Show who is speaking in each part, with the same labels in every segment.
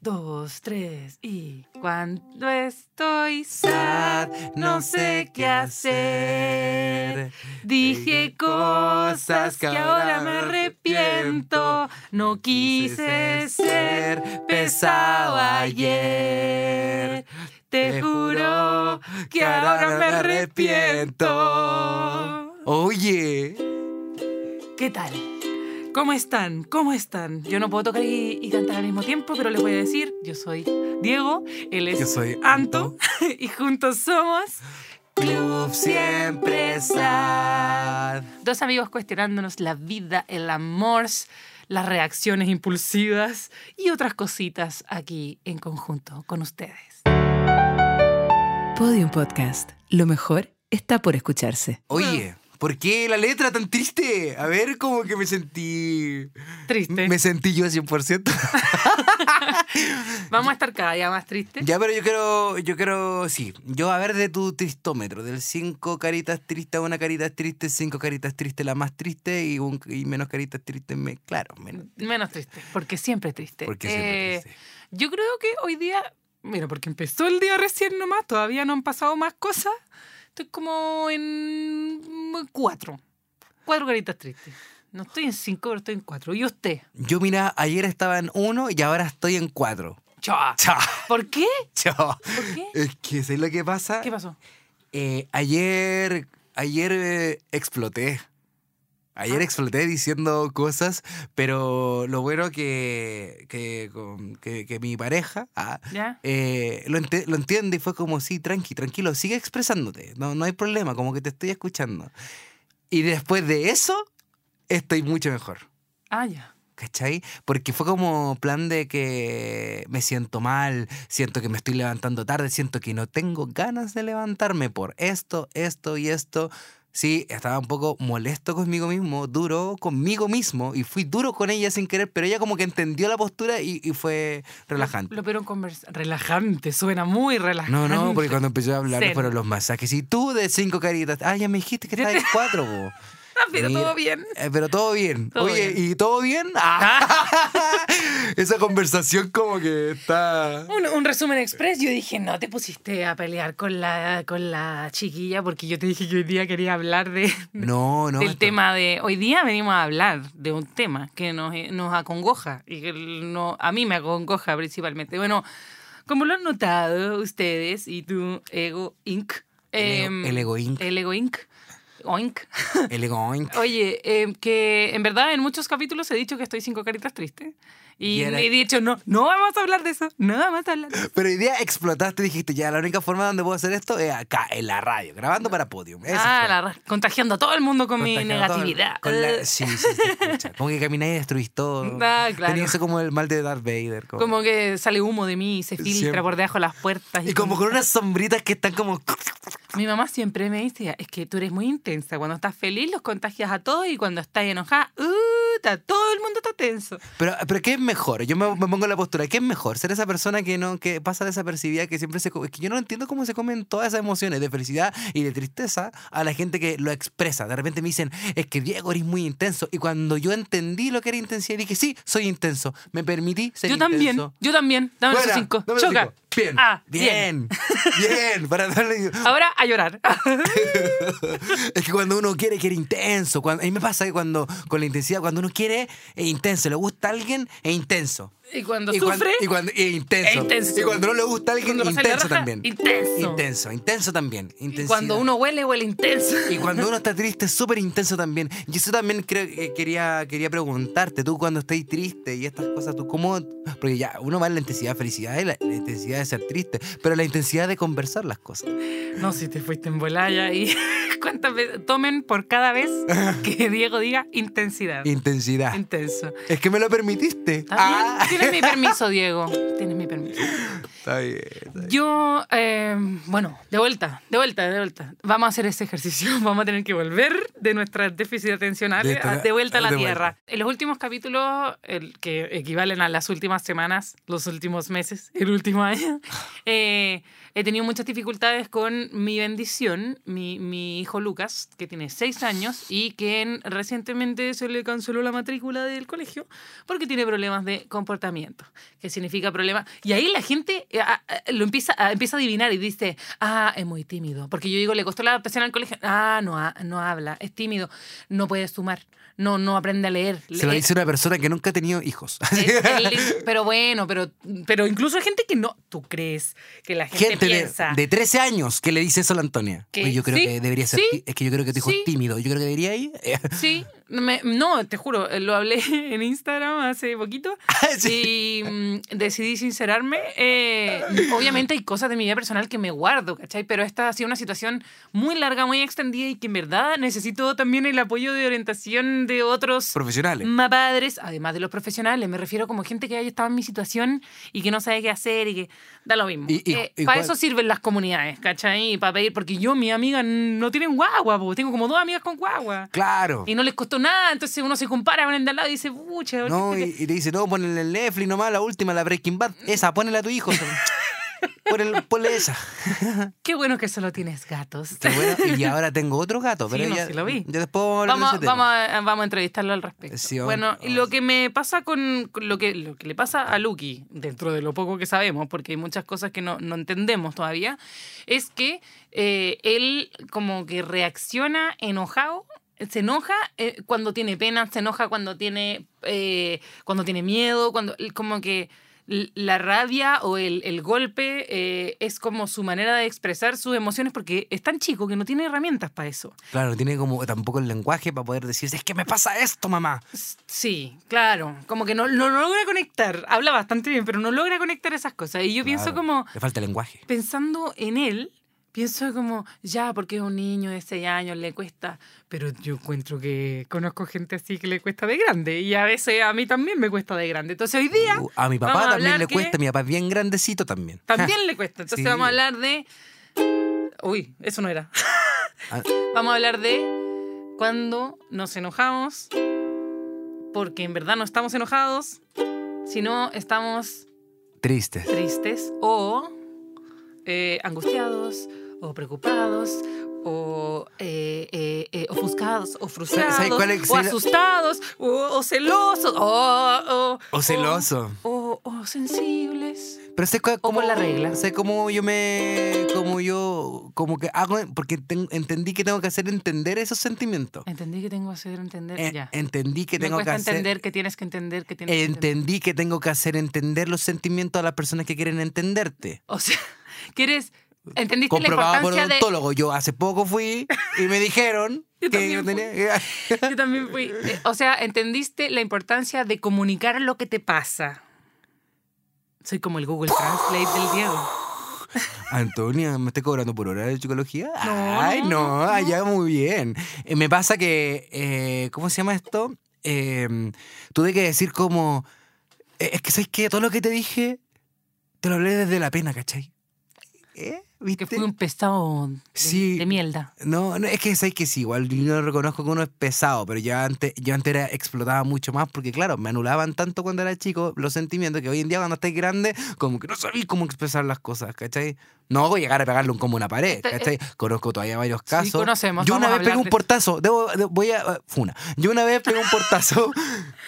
Speaker 1: dos, tres y... Cuando estoy sad, no sé qué hacer. Dije cosas que ahora me arrepiento. No quise ser pesado ayer. Te juro que ahora me arrepiento.
Speaker 2: Oye,
Speaker 1: ¿Qué tal? ¿Cómo están? ¿Cómo están? Yo no puedo tocar y, y cantar al mismo tiempo, pero les voy a decir, yo soy Diego, él es
Speaker 2: yo soy
Speaker 1: Anto y juntos somos
Speaker 2: Club siempre sad.
Speaker 1: dos amigos cuestionándonos la vida, el amor, las reacciones impulsivas y otras cositas aquí en conjunto con ustedes.
Speaker 3: Podium Podcast. Lo mejor está por escucharse.
Speaker 2: Oye, ¿por qué la letra tan triste? A ver, como que me sentí.
Speaker 1: Ah, Triste.
Speaker 2: Me sentí yo 100%.
Speaker 1: Vamos a estar cada día más tristes.
Speaker 2: ya, pero yo quiero. Yo quiero. Sí, yo a ver de tu tristómetro. Del 5 caritas tristes a una caritas triste, 5 caritas tristes la más triste y, un, y menos caritas tristes. me- claro, menos.
Speaker 1: Menos triste, porque siempre triste.
Speaker 2: Porque
Speaker 1: Eh,
Speaker 2: siempre triste.
Speaker 1: Yo creo que hoy día, mira, porque empezó el día recién nomás, todavía no han pasado más cosas. Estoy como en cuatro. Cuatro caritas tristes. No estoy en cinco, pero estoy en cuatro. ¿Y usted?
Speaker 2: Yo, mira, ayer estaba en 1 y ahora estoy en 4.
Speaker 1: Chao.
Speaker 2: Chao,
Speaker 1: ¿Por qué?
Speaker 2: chao.
Speaker 1: ¿Por qué?
Speaker 2: Es que, ¿sabes lo que pasa?
Speaker 1: ¿Qué pasó?
Speaker 2: Eh, ayer, ayer eh, exploté.
Speaker 1: Ah.
Speaker 2: Ayer exploté diciendo cosas, pero lo bueno que, que, con- que- que mi pareja ah,
Speaker 1: ¿Ya?
Speaker 2: eh, lo, ente- lo entiende y fue como, sí, tranqui, tranquilo, sigue expresándote, no, no hay problema, como que te estoy escuchando. Y después de eso, estoy mucho mejor.
Speaker 1: Ah, ya.
Speaker 2: ¿Cachai? Porque fue como plan de que me siento mal, siento que me estoy levantando tarde, siento que no tengo ganas de levantarme por esto, esto y esto. Sí, estaba un poco molesto conmigo mismo, duro conmigo mismo y fui duro con ella sin querer, pero ella como que entendió la postura y, y fue relajante.
Speaker 1: Lo peor en conversar. Relajante, suena muy relajante.
Speaker 2: No, no, porque cuando empezó a hablar
Speaker 1: Zen.
Speaker 2: fueron los masajes y tú de cinco caritas. Ah, ya me dijiste que estás en cuatro, po.
Speaker 1: Ah, pero
Speaker 2: Mira.
Speaker 1: todo bien.
Speaker 2: Eh, pero todo bien.
Speaker 1: Todo
Speaker 2: Oye,
Speaker 1: bien.
Speaker 2: ¿y todo bien? Ah. Esa conversación como que está...
Speaker 1: Un, un resumen express, yo dije, no, te pusiste a pelear con la, con la chiquilla porque yo te dije que hoy día quería hablar de,
Speaker 2: No, no.
Speaker 1: del
Speaker 2: esto-
Speaker 1: tema de... Hoy día venimos a hablar de un tema que nos, eh, nos acongoja y que no, a mí me acongoja principalmente. Bueno, como lo han notado ustedes y tú, Ego Inc. em,
Speaker 2: El Ego Inc.
Speaker 1: El Ego Inc. Oink.
Speaker 2: El ego inc.
Speaker 1: Oye, em, que en verdad en muchos capítulos he dicho que estoy cinco caritas triste. Y,
Speaker 2: Y era-
Speaker 1: he dicho, no, no vamos a hablar de eso, no vamos a hablar de eso.
Speaker 2: Pero hoy día explotaste y dijiste, ya, la única forma donde puedo hacer esto es acá, en la radio, grabando para Podium. Esa
Speaker 1: Ah,
Speaker 2: fue.
Speaker 1: la ra- contagiando a todo el mundo con mi
Speaker 2: Contagiando todo el-
Speaker 1: negatividad.
Speaker 2: con la- sí, sí, se escucha. Como que camináis y destruís todo.
Speaker 1: Ah, claro.
Speaker 2: Tenía eso como el mal de Darth Vader. como-
Speaker 1: Como que sale humo de mí y se filtra
Speaker 2: Siempre.
Speaker 1: por debajo de las puertas.
Speaker 2: Y como con unas sombritas que están como...
Speaker 1: Mi mamá siempre me dice, es que tú eres muy intensa. Cuando estás feliz los contagias a todos y cuando estás enojada, ¡uta! todo el mundo está tenso.
Speaker 2: Pero, pero ¿qué es mejor? Yo me, me pongo en la postura. ¿Qué es mejor? Ser esa persona que no que pasa desapercibida, que siempre se... co- Es que yo no entiendo cómo se comen todas esas emociones de felicidad y de tristeza a la gente que lo expresa. De repente me dicen, es que Diego eres muy intenso. Y cuando yo entendí lo que era intensidad, dije, sí, soy intenso. Me permití ser
Speaker 1: yo
Speaker 2: intenso.
Speaker 1: también, yo también. Dame esos
Speaker 2: Buena,
Speaker 1: cinco.
Speaker 2: dame los
Speaker 1: Choca.
Speaker 2: cinco. Bien,
Speaker 1: Ah, bien.
Speaker 2: bien, bien. Para darle...
Speaker 1: Ahora a llorar.
Speaker 2: Es que cuando uno quiere, quiere intenso. Cuando, a mí me pasa que cuando, con la intensidad, cuando uno quiere, es intenso. Le gusta a alguien, es intenso.
Speaker 1: y cuando
Speaker 2: Y cuando-
Speaker 1: sufre,
Speaker 2: y cuando- y intenso.
Speaker 1: Es intenso.
Speaker 2: Y cuando no le gusta a alguien,
Speaker 1: Cuando lo sale
Speaker 2: intenso
Speaker 1: raja,
Speaker 2: también.
Speaker 1: intenso.
Speaker 2: Intenso, intenso también.
Speaker 1: y
Speaker 2: Intensidad.
Speaker 1: cuando uno huele, huele intenso.
Speaker 2: Y cuando uno está triste, es súper intenso también. Y eso también creo que quería, quería preguntarte, tú cuando estás triste y estas cosas, tú cómo... Porque ya, uno va en la intensidad de felicidad y la, la intensidad de ser triste, pero la intensidad de conversar las cosas.
Speaker 1: No, si te fuiste en volaya y cuántas veces tomen por cada vez que Diego diga intensidad.
Speaker 2: Intensidad.
Speaker 1: Intenso.
Speaker 2: es que me lo permitiste.
Speaker 1: ¿Está bien?
Speaker 2: Ah.
Speaker 1: Tienes mi permiso, Diego. Tienes mi permiso.
Speaker 2: Está bien. está bien.
Speaker 1: Yo, eh, bueno, de vuelta, de vuelta, de vuelta. Vamos a hacer ese ejercicio. Vamos a tener que volver de nuestra déficit atencional
Speaker 2: De esta-
Speaker 1: a- de vuelta a la
Speaker 2: de vuelta.
Speaker 1: Tierra. En los últimos capítulos, el que equivalen a las últimas semanas, los últimos meses, el último año, eh, he tenido muchas dificultades con mi bendición, mi, mi hijo Lucas, que tiene seis años y quien recientemente se le canceló la matrícula del colegio porque tiene problemas de comportamiento, que significa problema. Y ahí la gente eh, ah, ah, lo empieza, ah, empieza a adivinar y dice, ah, es muy tímido. Porque yo digo, le costó la adaptación al colegio. Ah, no, ha- no habla, es tímido, no puede sumar, no, no aprende a leer.
Speaker 2: Se lo
Speaker 1: Eh,
Speaker 2: dice una persona que nunca ha tenido hijos.
Speaker 1: es- es lindo, pero bueno, pero, pero incluso hay gente que no. ¿Tú crees que la gente,
Speaker 2: Gente de,
Speaker 1: piensa?
Speaker 2: de 13 años que le dice eso a la Antonia.
Speaker 1: Que
Speaker 2: Oye, yo creo
Speaker 1: sí,
Speaker 2: que debería ser.
Speaker 1: sí,
Speaker 2: ti- Es que yo creo que tu hijo
Speaker 1: sí.
Speaker 2: es tímido. Yo creo que debería ir. eh,
Speaker 1: Sí, me- no, te juro, eh, lo hablé en Instagram hace poquito y mm, decidí sincerarme. Eh, obviamente hay cosas de mi vida personal que me guardo, ¿cachai? Pero esta ha sido una situación muy larga, muy extendida y que en verdad necesito también el apoyo de orientación de otros
Speaker 2: Profesionales.
Speaker 1: Ma padres, además de los profesionales, me refiero como gente que haya estado en mi situación y que no sabe qué hacer y que da lo mismo.
Speaker 2: Y- y- y
Speaker 1: para
Speaker 2: cuál-
Speaker 1: eso sirven las comunidades, ¿cachai? Para pedir, porque yo, mis amigas no tienen guagua, po. tengo como dos amigas con guagua.
Speaker 2: Claro.
Speaker 1: Y no les costó nada, entonces uno se compara con el de al lado y dice, pucha, ¿por qué
Speaker 2: No,
Speaker 1: este-
Speaker 2: y, y le dice, no, ponle el Netflix nomás, la última, la Breaking Bad.
Speaker 1: Mm.
Speaker 2: Esa, ponela a tu hijo. Ponle, ponle esa.
Speaker 1: qué bueno que solo tienes gatos.
Speaker 2: Qué bueno, Y ahora tengo otro gato,
Speaker 1: Sí,
Speaker 2: pero
Speaker 1: no,
Speaker 2: ya,
Speaker 1: sí lo vi.
Speaker 2: ya después vamos a hablar de
Speaker 1: Vamos,
Speaker 2: ese tema. Eh,
Speaker 1: vamos, a, vamos a entrevistarlo al respecto.
Speaker 2: Sí, vamos-
Speaker 1: bueno, y lo
Speaker 2: vamos.
Speaker 1: que me pasa con, con lo, que, lo que le pasa a Lucky, dentro de lo poco que sabemos, porque hay muchas cosas que no, no entendemos todavía, es que eh, él como que reacciona enojado. Se enoja eh, cuando tiene pena, se enoja cuando tiene, eh, cuando tiene miedo, cuando como que l- la rabia o el, el golpe eh, es como su manera de expresar sus emociones porque es tan chico que no tiene herramientas para eso.
Speaker 2: Claro, no tiene como tampoco el lenguaje para poder decir, es que me pasa esto, mamá.
Speaker 1: Sí, claro. Como que no, no logra conectar. Habla bastante bien, pero no logra conectar esas cosas. Y yo pienso
Speaker 2: Claro,
Speaker 1: como,
Speaker 2: Le falta lenguaje.
Speaker 1: pensando en él, pienso como, ya, porque es un niño de 6 años, le cuesta. Pero yo encuentro que conozco gente así que le cuesta de grande. Y a veces a mí también me cuesta de grande. Entonces hoy día
Speaker 2: Uh, A mi
Speaker 1: vamos
Speaker 2: papá
Speaker 1: a
Speaker 2: también
Speaker 1: hablar
Speaker 2: le
Speaker 1: que-
Speaker 2: cuesta, mi papá es bien grandecito también.
Speaker 1: también le cuesta. Entonces
Speaker 2: Sí.
Speaker 1: vamos a hablar de... Uy, eso no era.
Speaker 2: Ah.
Speaker 1: vamos a hablar de cuando nos enojamos, porque en verdad no estamos enojados, sino estamos
Speaker 2: Triste.
Speaker 1: tristes o eh, angustiados o preocupados o eh, eh, eh, ofuscados o frustrados
Speaker 2: ¿Sabes cuál es-
Speaker 1: o asustados o, o celosos o,
Speaker 2: O celoso.
Speaker 1: o, o sensibles.
Speaker 2: Pero sé cua-
Speaker 1: O
Speaker 2: cómo
Speaker 1: por la regla.
Speaker 2: Sé cómo yo me. Como yo. Como que hago. Porque ten- entendí que tengo que hacer entender esos sentimientos.
Speaker 1: Entendí que tengo que hacer entender.
Speaker 2: En-
Speaker 1: ya.
Speaker 2: Entendí Eh, que
Speaker 1: Me
Speaker 2: tengo que
Speaker 1: cuesta
Speaker 2: hacer.
Speaker 1: entender que tienes que entender que tienes que entender.
Speaker 2: Entendí que tengo que hacer entender los sentimientos a las personas que quieren entenderte.
Speaker 1: O sea, ¿quieres? ¿Entendiste la
Speaker 2: Comprobado por
Speaker 1: importancia de
Speaker 2: odontólogo. Yo hace poco fui y me dijeron
Speaker 1: Yo
Speaker 2: que yo
Speaker 1: también
Speaker 2: tenía-
Speaker 1: Yo también fui. Eh, O sea, entendiste la importancia de comunicar lo que te pasa. Soy como el Google Translate del Diego.
Speaker 2: Antonia, ¿me estoy cobrando por hora de psicología?
Speaker 1: No,
Speaker 2: Ay,
Speaker 1: no,
Speaker 2: no,
Speaker 1: no.
Speaker 2: allá muy bien. Eh, me pasa que, eh, ¿cómo se llama esto? Eh, tuve que decir como, eh, es que ¿sabes qué? Todo lo que te dije, te lo hablé desde la pena, ¿cachai? ¿Eh?
Speaker 1: Que
Speaker 2: ¿Viste?
Speaker 1: fui un pesado de,
Speaker 2: Sí.
Speaker 1: de mierda.
Speaker 2: No, no, es que sabes que sí, igual yo reconozco que uno es pesado, pero yo antes, yo antes era, explotaba mucho más porque, claro, me anulaban tanto cuando era chico los sentimientos que hoy en día cuando estáis grande, como que no sabéis cómo expresar las cosas, ¿cachai? No voy a llegar a pegarle un como una pared,
Speaker 1: Este-
Speaker 2: ¿cachai? Conozco todavía varios
Speaker 1: Sí,
Speaker 2: casos.
Speaker 1: conocemos,
Speaker 2: yo una
Speaker 1: vamos a
Speaker 2: vez pegué
Speaker 1: hablar
Speaker 2: un
Speaker 1: de-
Speaker 2: portazo, debo, de- voy a. eh, Funa. Yo una vez pegué un portazo,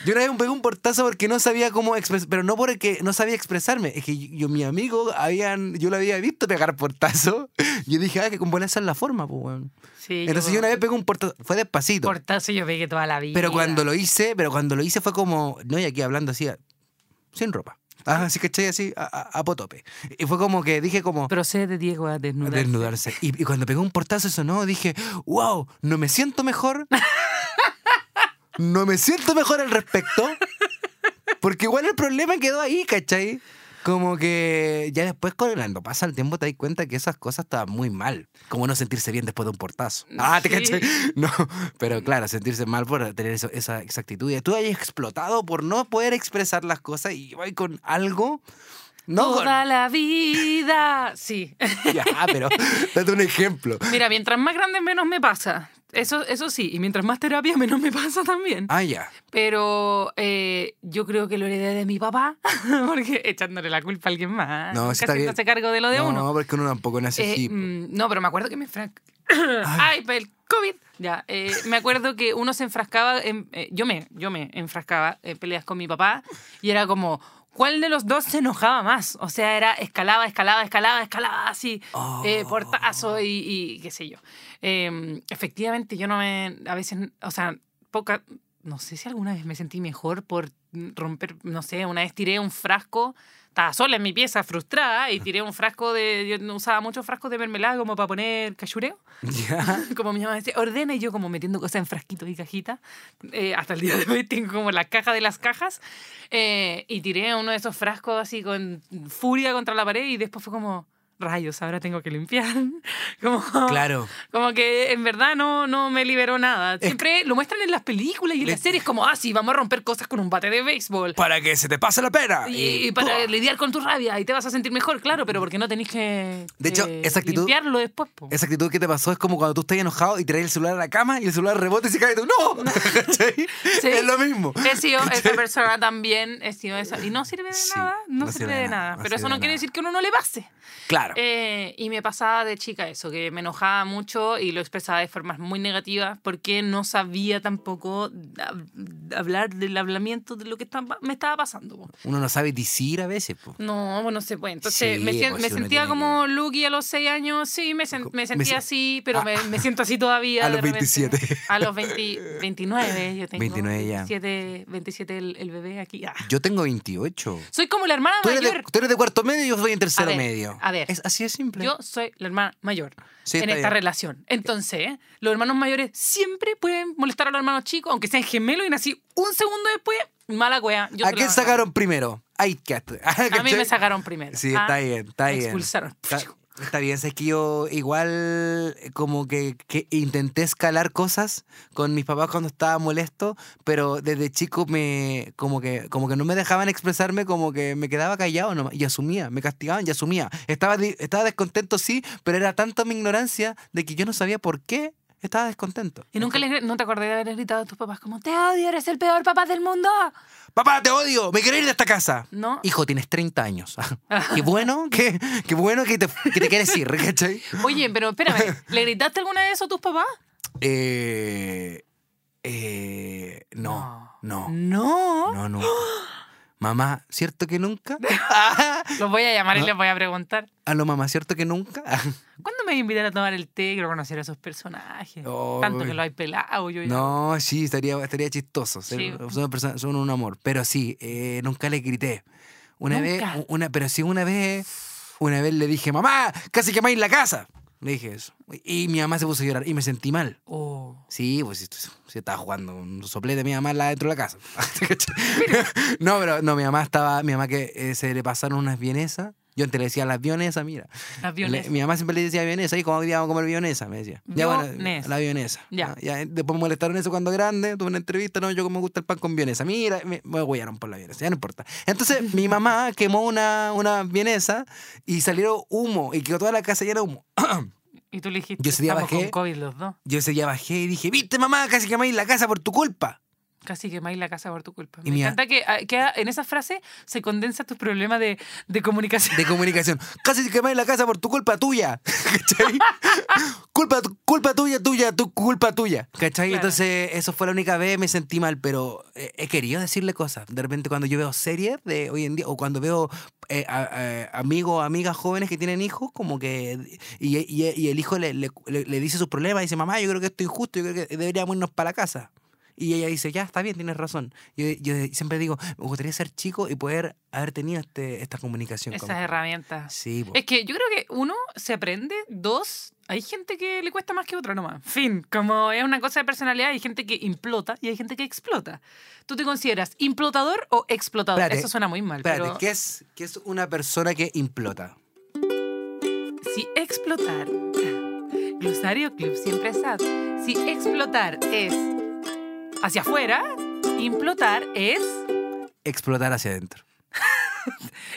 Speaker 2: yo una vez pegué un portazo porque no sabía cómo expresar, pero no porque no sabía expresarme, es que yo, yo- mi amigo, habían, yo lo había visto pegar portazo. Yo dije, ah, que con buena esa es la forma, pues, weón.
Speaker 1: Sí,
Speaker 2: Entonces yo una vez pegué un portazo, fue despacito.
Speaker 1: Portazo yo pegué toda la vida.
Speaker 2: Pero cuando lo hice, pero cuando lo hice fue como, no, y aquí hablando así, a- sin ropa. Ah, así, ¿cachai? Así, a, a- a potope. Y fue como que dije como,
Speaker 1: Procede Diego a desnudar.
Speaker 2: desnudarse. Y, y cuando pegó un portazo eso no, dije, wow, no me siento mejor. No me siento mejor al respecto. Porque igual el problema quedó ahí, ¿cachai? Como que ya después, cuando pasa el tiempo, te das cuenta que esas cosas estaban muy mal. Como no sentirse bien después de un portazo. Ah, te
Speaker 1: Sí.
Speaker 2: cachai. No, pero claro, sentirse mal por tener eso- esa exactitud. Y tú hayas explotado por no poder expresar las cosas y vas con algo No,
Speaker 1: Toda la vida. Sí.
Speaker 2: ya, pero date un ejemplo.
Speaker 1: Mira, mientras más grande, menos me pasa. Eso, eso sí, y mientras más terapia, menos me pasa también.
Speaker 2: Ah, ya.
Speaker 1: Pero eh, yo creo que lo heredé de mi papá, porque echándole la culpa a alguien más.
Speaker 2: No,
Speaker 1: casi
Speaker 2: sí está bien.
Speaker 1: no se cargo de lo de
Speaker 2: no,
Speaker 1: uno.
Speaker 2: porque uno tampoco nace
Speaker 1: Eh,
Speaker 2: así. po.
Speaker 1: mm, no, pero me acuerdo que me enfrascaba. Ay, pa' el COVID. Ya, eh, me acuerdo que uno se enfrascaba. en- eh, yo, me, yo me enfrascaba en peleas con mi papá y era como. ¿Cuál de los dos se enojaba más? O sea, era escalaba, escalaba, escalaba, escalaba, así,
Speaker 2: Oh.
Speaker 1: eh, portazo y, y qué sé yo. Eh, efectivamente, yo no me. A veces, o sea, poca. No sé si alguna vez me sentí mejor por romper. No sé, una vez tiré un frasco estaba sola en mi pieza, frustrada, y tiré un frasco de. Yo no usaba muchos frascos de mermelada como para poner cachureo.
Speaker 2: Ya.
Speaker 1: Como mi mamá decía, ordena, y yo como metiendo cosas en frasquitos y cajitas. Eh, hasta el día de hoy tengo como la caja de las cajas. Eh, y tiré uno de esos frascos así con furia contra la pared, y después fue como. Rayos, ahora tengo que limpiar. Como,
Speaker 2: Claro.
Speaker 1: como que en verdad no, no me liberó nada. Siempre lo muestran en las películas y en
Speaker 2: Le-
Speaker 1: las series como, ah, sí, vamos a romper cosas con un bate de béisbol.
Speaker 2: Para que se te pase la pena. Eh,
Speaker 1: Y, y para lidiar con tu rabia y te vas a sentir mejor, claro, pero porque no tenés que,
Speaker 2: De hecho,
Speaker 1: que
Speaker 2: esa actitud-
Speaker 1: limpiarlo después. po.
Speaker 2: Esa actitud que te pasó es como cuando tú estás enojado y traes el celular a la cama y el celular rebota y se cae y tú. ¡No! ¿Cachai?
Speaker 1: Sí.
Speaker 2: Es lo mismo.
Speaker 1: He sido esa persona también, he sido esa. Y no sirve de
Speaker 2: Sí,
Speaker 1: nada, no, sirve de nada.
Speaker 2: no
Speaker 1: pero eso
Speaker 2: sirve
Speaker 1: no
Speaker 2: de
Speaker 1: quiere
Speaker 2: nada.
Speaker 1: decir que uno no le pase.
Speaker 2: Claro.
Speaker 1: Eh, y me pasaba de chica eso, que me enojaba mucho y lo expresaba de formas muy negativas porque no sabía tampoco hab- hablar del hablamiento de lo que estaba- me estaba pasando. po.
Speaker 2: Uno no sabe decir a veces. po.
Speaker 1: No, bueno, no se puede. Entonces
Speaker 2: Sí,
Speaker 1: me, sien-
Speaker 2: pues,
Speaker 1: me
Speaker 2: si uno
Speaker 1: sentía
Speaker 2: tiene
Speaker 1: como Lucky a los 6 años, sí, me, sen-
Speaker 2: Co-
Speaker 1: me
Speaker 2: me
Speaker 1: sentía
Speaker 2: si-
Speaker 1: así, pero
Speaker 2: Ah.
Speaker 1: me, me siento así todavía.
Speaker 2: A
Speaker 1: de
Speaker 2: los
Speaker 1: repente.
Speaker 2: 27.
Speaker 1: A los 20 29, yo tengo.
Speaker 2: 29 ya.
Speaker 1: 27, 27 el, el bebé aquí. Ah.
Speaker 2: Yo tengo 28.
Speaker 1: Soy como la hermana
Speaker 2: Tú eres, de,
Speaker 1: mayor.
Speaker 2: tú eres de cuarto medio y yo soy en tercero
Speaker 1: ver,
Speaker 2: medio.
Speaker 1: a ver.
Speaker 2: Es así de simple.
Speaker 1: Yo soy la hermana mayor
Speaker 2: Sí,
Speaker 1: en
Speaker 2: está
Speaker 1: esta
Speaker 2: bien.
Speaker 1: relación. Entonces, los hermanos mayores siempre pueden molestar a los hermanos chicos, aunque sean gemelos y nací un segundo después. Mala wea. Yo
Speaker 2: ¿A
Speaker 1: soy la
Speaker 2: quién
Speaker 1: hermana
Speaker 2: sacaron primero? Ay, cat.
Speaker 1: mayor. A mí me sacaron primero.
Speaker 2: Sí,
Speaker 1: Ah,
Speaker 2: está bien, está
Speaker 1: me
Speaker 2: bien.
Speaker 1: expulsaron.
Speaker 2: Está, está bien, es que yo igual eh, como que, que intenté escalar cosas con mis papás cuando estaba molesto, pero desde chico me como que como que no me dejaban expresarme, como que me quedaba callado nomás, y asumía, me castigaban y asumía. Estaba, di- estaba descontento, sí, pero era tanta mi ignorancia de que yo no sabía por qué estaba descontento.
Speaker 1: Y nunca les, no te acordé de haber gritado a tus papás como, te odio, eres el peor papá del mundo.
Speaker 2: Papá, te odio, me quiero ir de esta casa.
Speaker 1: No.
Speaker 2: Hijo, tienes 30 años. qué bueno, qué, qué bueno que te, que te quieres ir, ¿cachai?
Speaker 1: Oye, pero espérame, ¿le gritaste alguna vez eso a tus papás?
Speaker 2: Eh, eh, no, no,
Speaker 1: No.
Speaker 2: no, nunca. Mamá, ¿cierto que nunca?
Speaker 1: Los voy a llamar y
Speaker 2: No.
Speaker 1: les voy a preguntar.
Speaker 2: Aló, mamá, ¿cierto que nunca?
Speaker 1: ¿Cuándo me vas a invitar a tomar el té? Quiero conocer a esos personajes.
Speaker 2: Oh,
Speaker 1: Tanto que
Speaker 2: uy.
Speaker 1: lo hay pelado. Yo ya-
Speaker 2: No, sí, estaría, estaría chistoso. ser-
Speaker 1: Sí.
Speaker 2: Son, personas- son un amor. Pero sí, eh, nunca le grité. Una
Speaker 1: Nunca.
Speaker 2: vez, una, pero sí, una vez, una vez le dije, mamá, casi quemáis la casa. Le dije eso. Y mi mamá se puso a llorar y me sentí mal.
Speaker 1: Oh.
Speaker 2: Sí, pues si, si estaba jugando un soplete de mi mamá la dentro de la casa. no, pero no, mi mamá estaba, mi mamá que eh, se le pasaron unas vienesas. Yo antes le decía las vienesas, mira.
Speaker 1: Las violetas.
Speaker 2: Le- mi mamá siempre le decía vienesa y como hoy día vamos a comer vienesa, me decía.
Speaker 1: Vienesa.
Speaker 2: la vienesa.
Speaker 1: Ya.
Speaker 2: ya. eh, Después me molestaron eso cuando grande, tuve una entrevista, no, yo como me gusta el pan con vienesa. Mira, me, me huellaron por la vienesa, ya no importa. Entonces mi mamá quemó una, una vienesa y salieron humo y quedó toda la casa llena de humo.
Speaker 1: Y tú le dijiste,
Speaker 2: Yo ese día
Speaker 1: estamos con
Speaker 2: bajé.
Speaker 1: COVID los dos.
Speaker 2: Yo ese día bajé y dije, viste mamá, casi quemáis la casa por tu culpa.
Speaker 1: Casi quemáis la casa por tu culpa.
Speaker 2: Y
Speaker 1: me
Speaker 2: mira-
Speaker 1: encanta que, ah, que ah, en esa frase se condensa tus problemas de, de comunicación.
Speaker 2: de comunicación. Casi te quemáis la casa por tu culpa tuya. ¿Cachai? culpa, culpa tuya, tuya, tu culpa tuya. ¿Cachai?
Speaker 1: Claro.
Speaker 2: Entonces, eso fue la única vez me sentí mal, pero eh, he querido decirle cosas. De repente, cuando yo veo series de hoy en día, o cuando veo eh, a- a- amigos o amigas jóvenes que tienen hijos, como que. Y, y- y el hijo le, le- le- le dice sus problemas, dice, mamá, yo creo que esto es injusto, yo creo que deberíamos irnos para la casa. Y ella dice, ya, está bien, tienes razón. Yo, yo siempre digo, me gustaría ser chico y poder haber tenido este, esta comunicación. con-
Speaker 1: Esas herramientas.
Speaker 2: Sí, po.
Speaker 1: Es que yo creo que uno se aprende, dos, hay gente que le cuesta más que otra nomás. Fin, como es una cosa de personalidad, hay gente que implota y hay gente que explota. ¿Tú te consideras implotador o explotador?
Speaker 2: Espérate,
Speaker 1: Eso suena muy mal,
Speaker 2: Espérate,
Speaker 1: pero
Speaker 2: ¿qué, es, ¿qué es una persona que implota?
Speaker 1: si explotar, Glosario Club siempre está. Si explotar es hacia afuera, implotar es
Speaker 2: Explotar hacia adentro.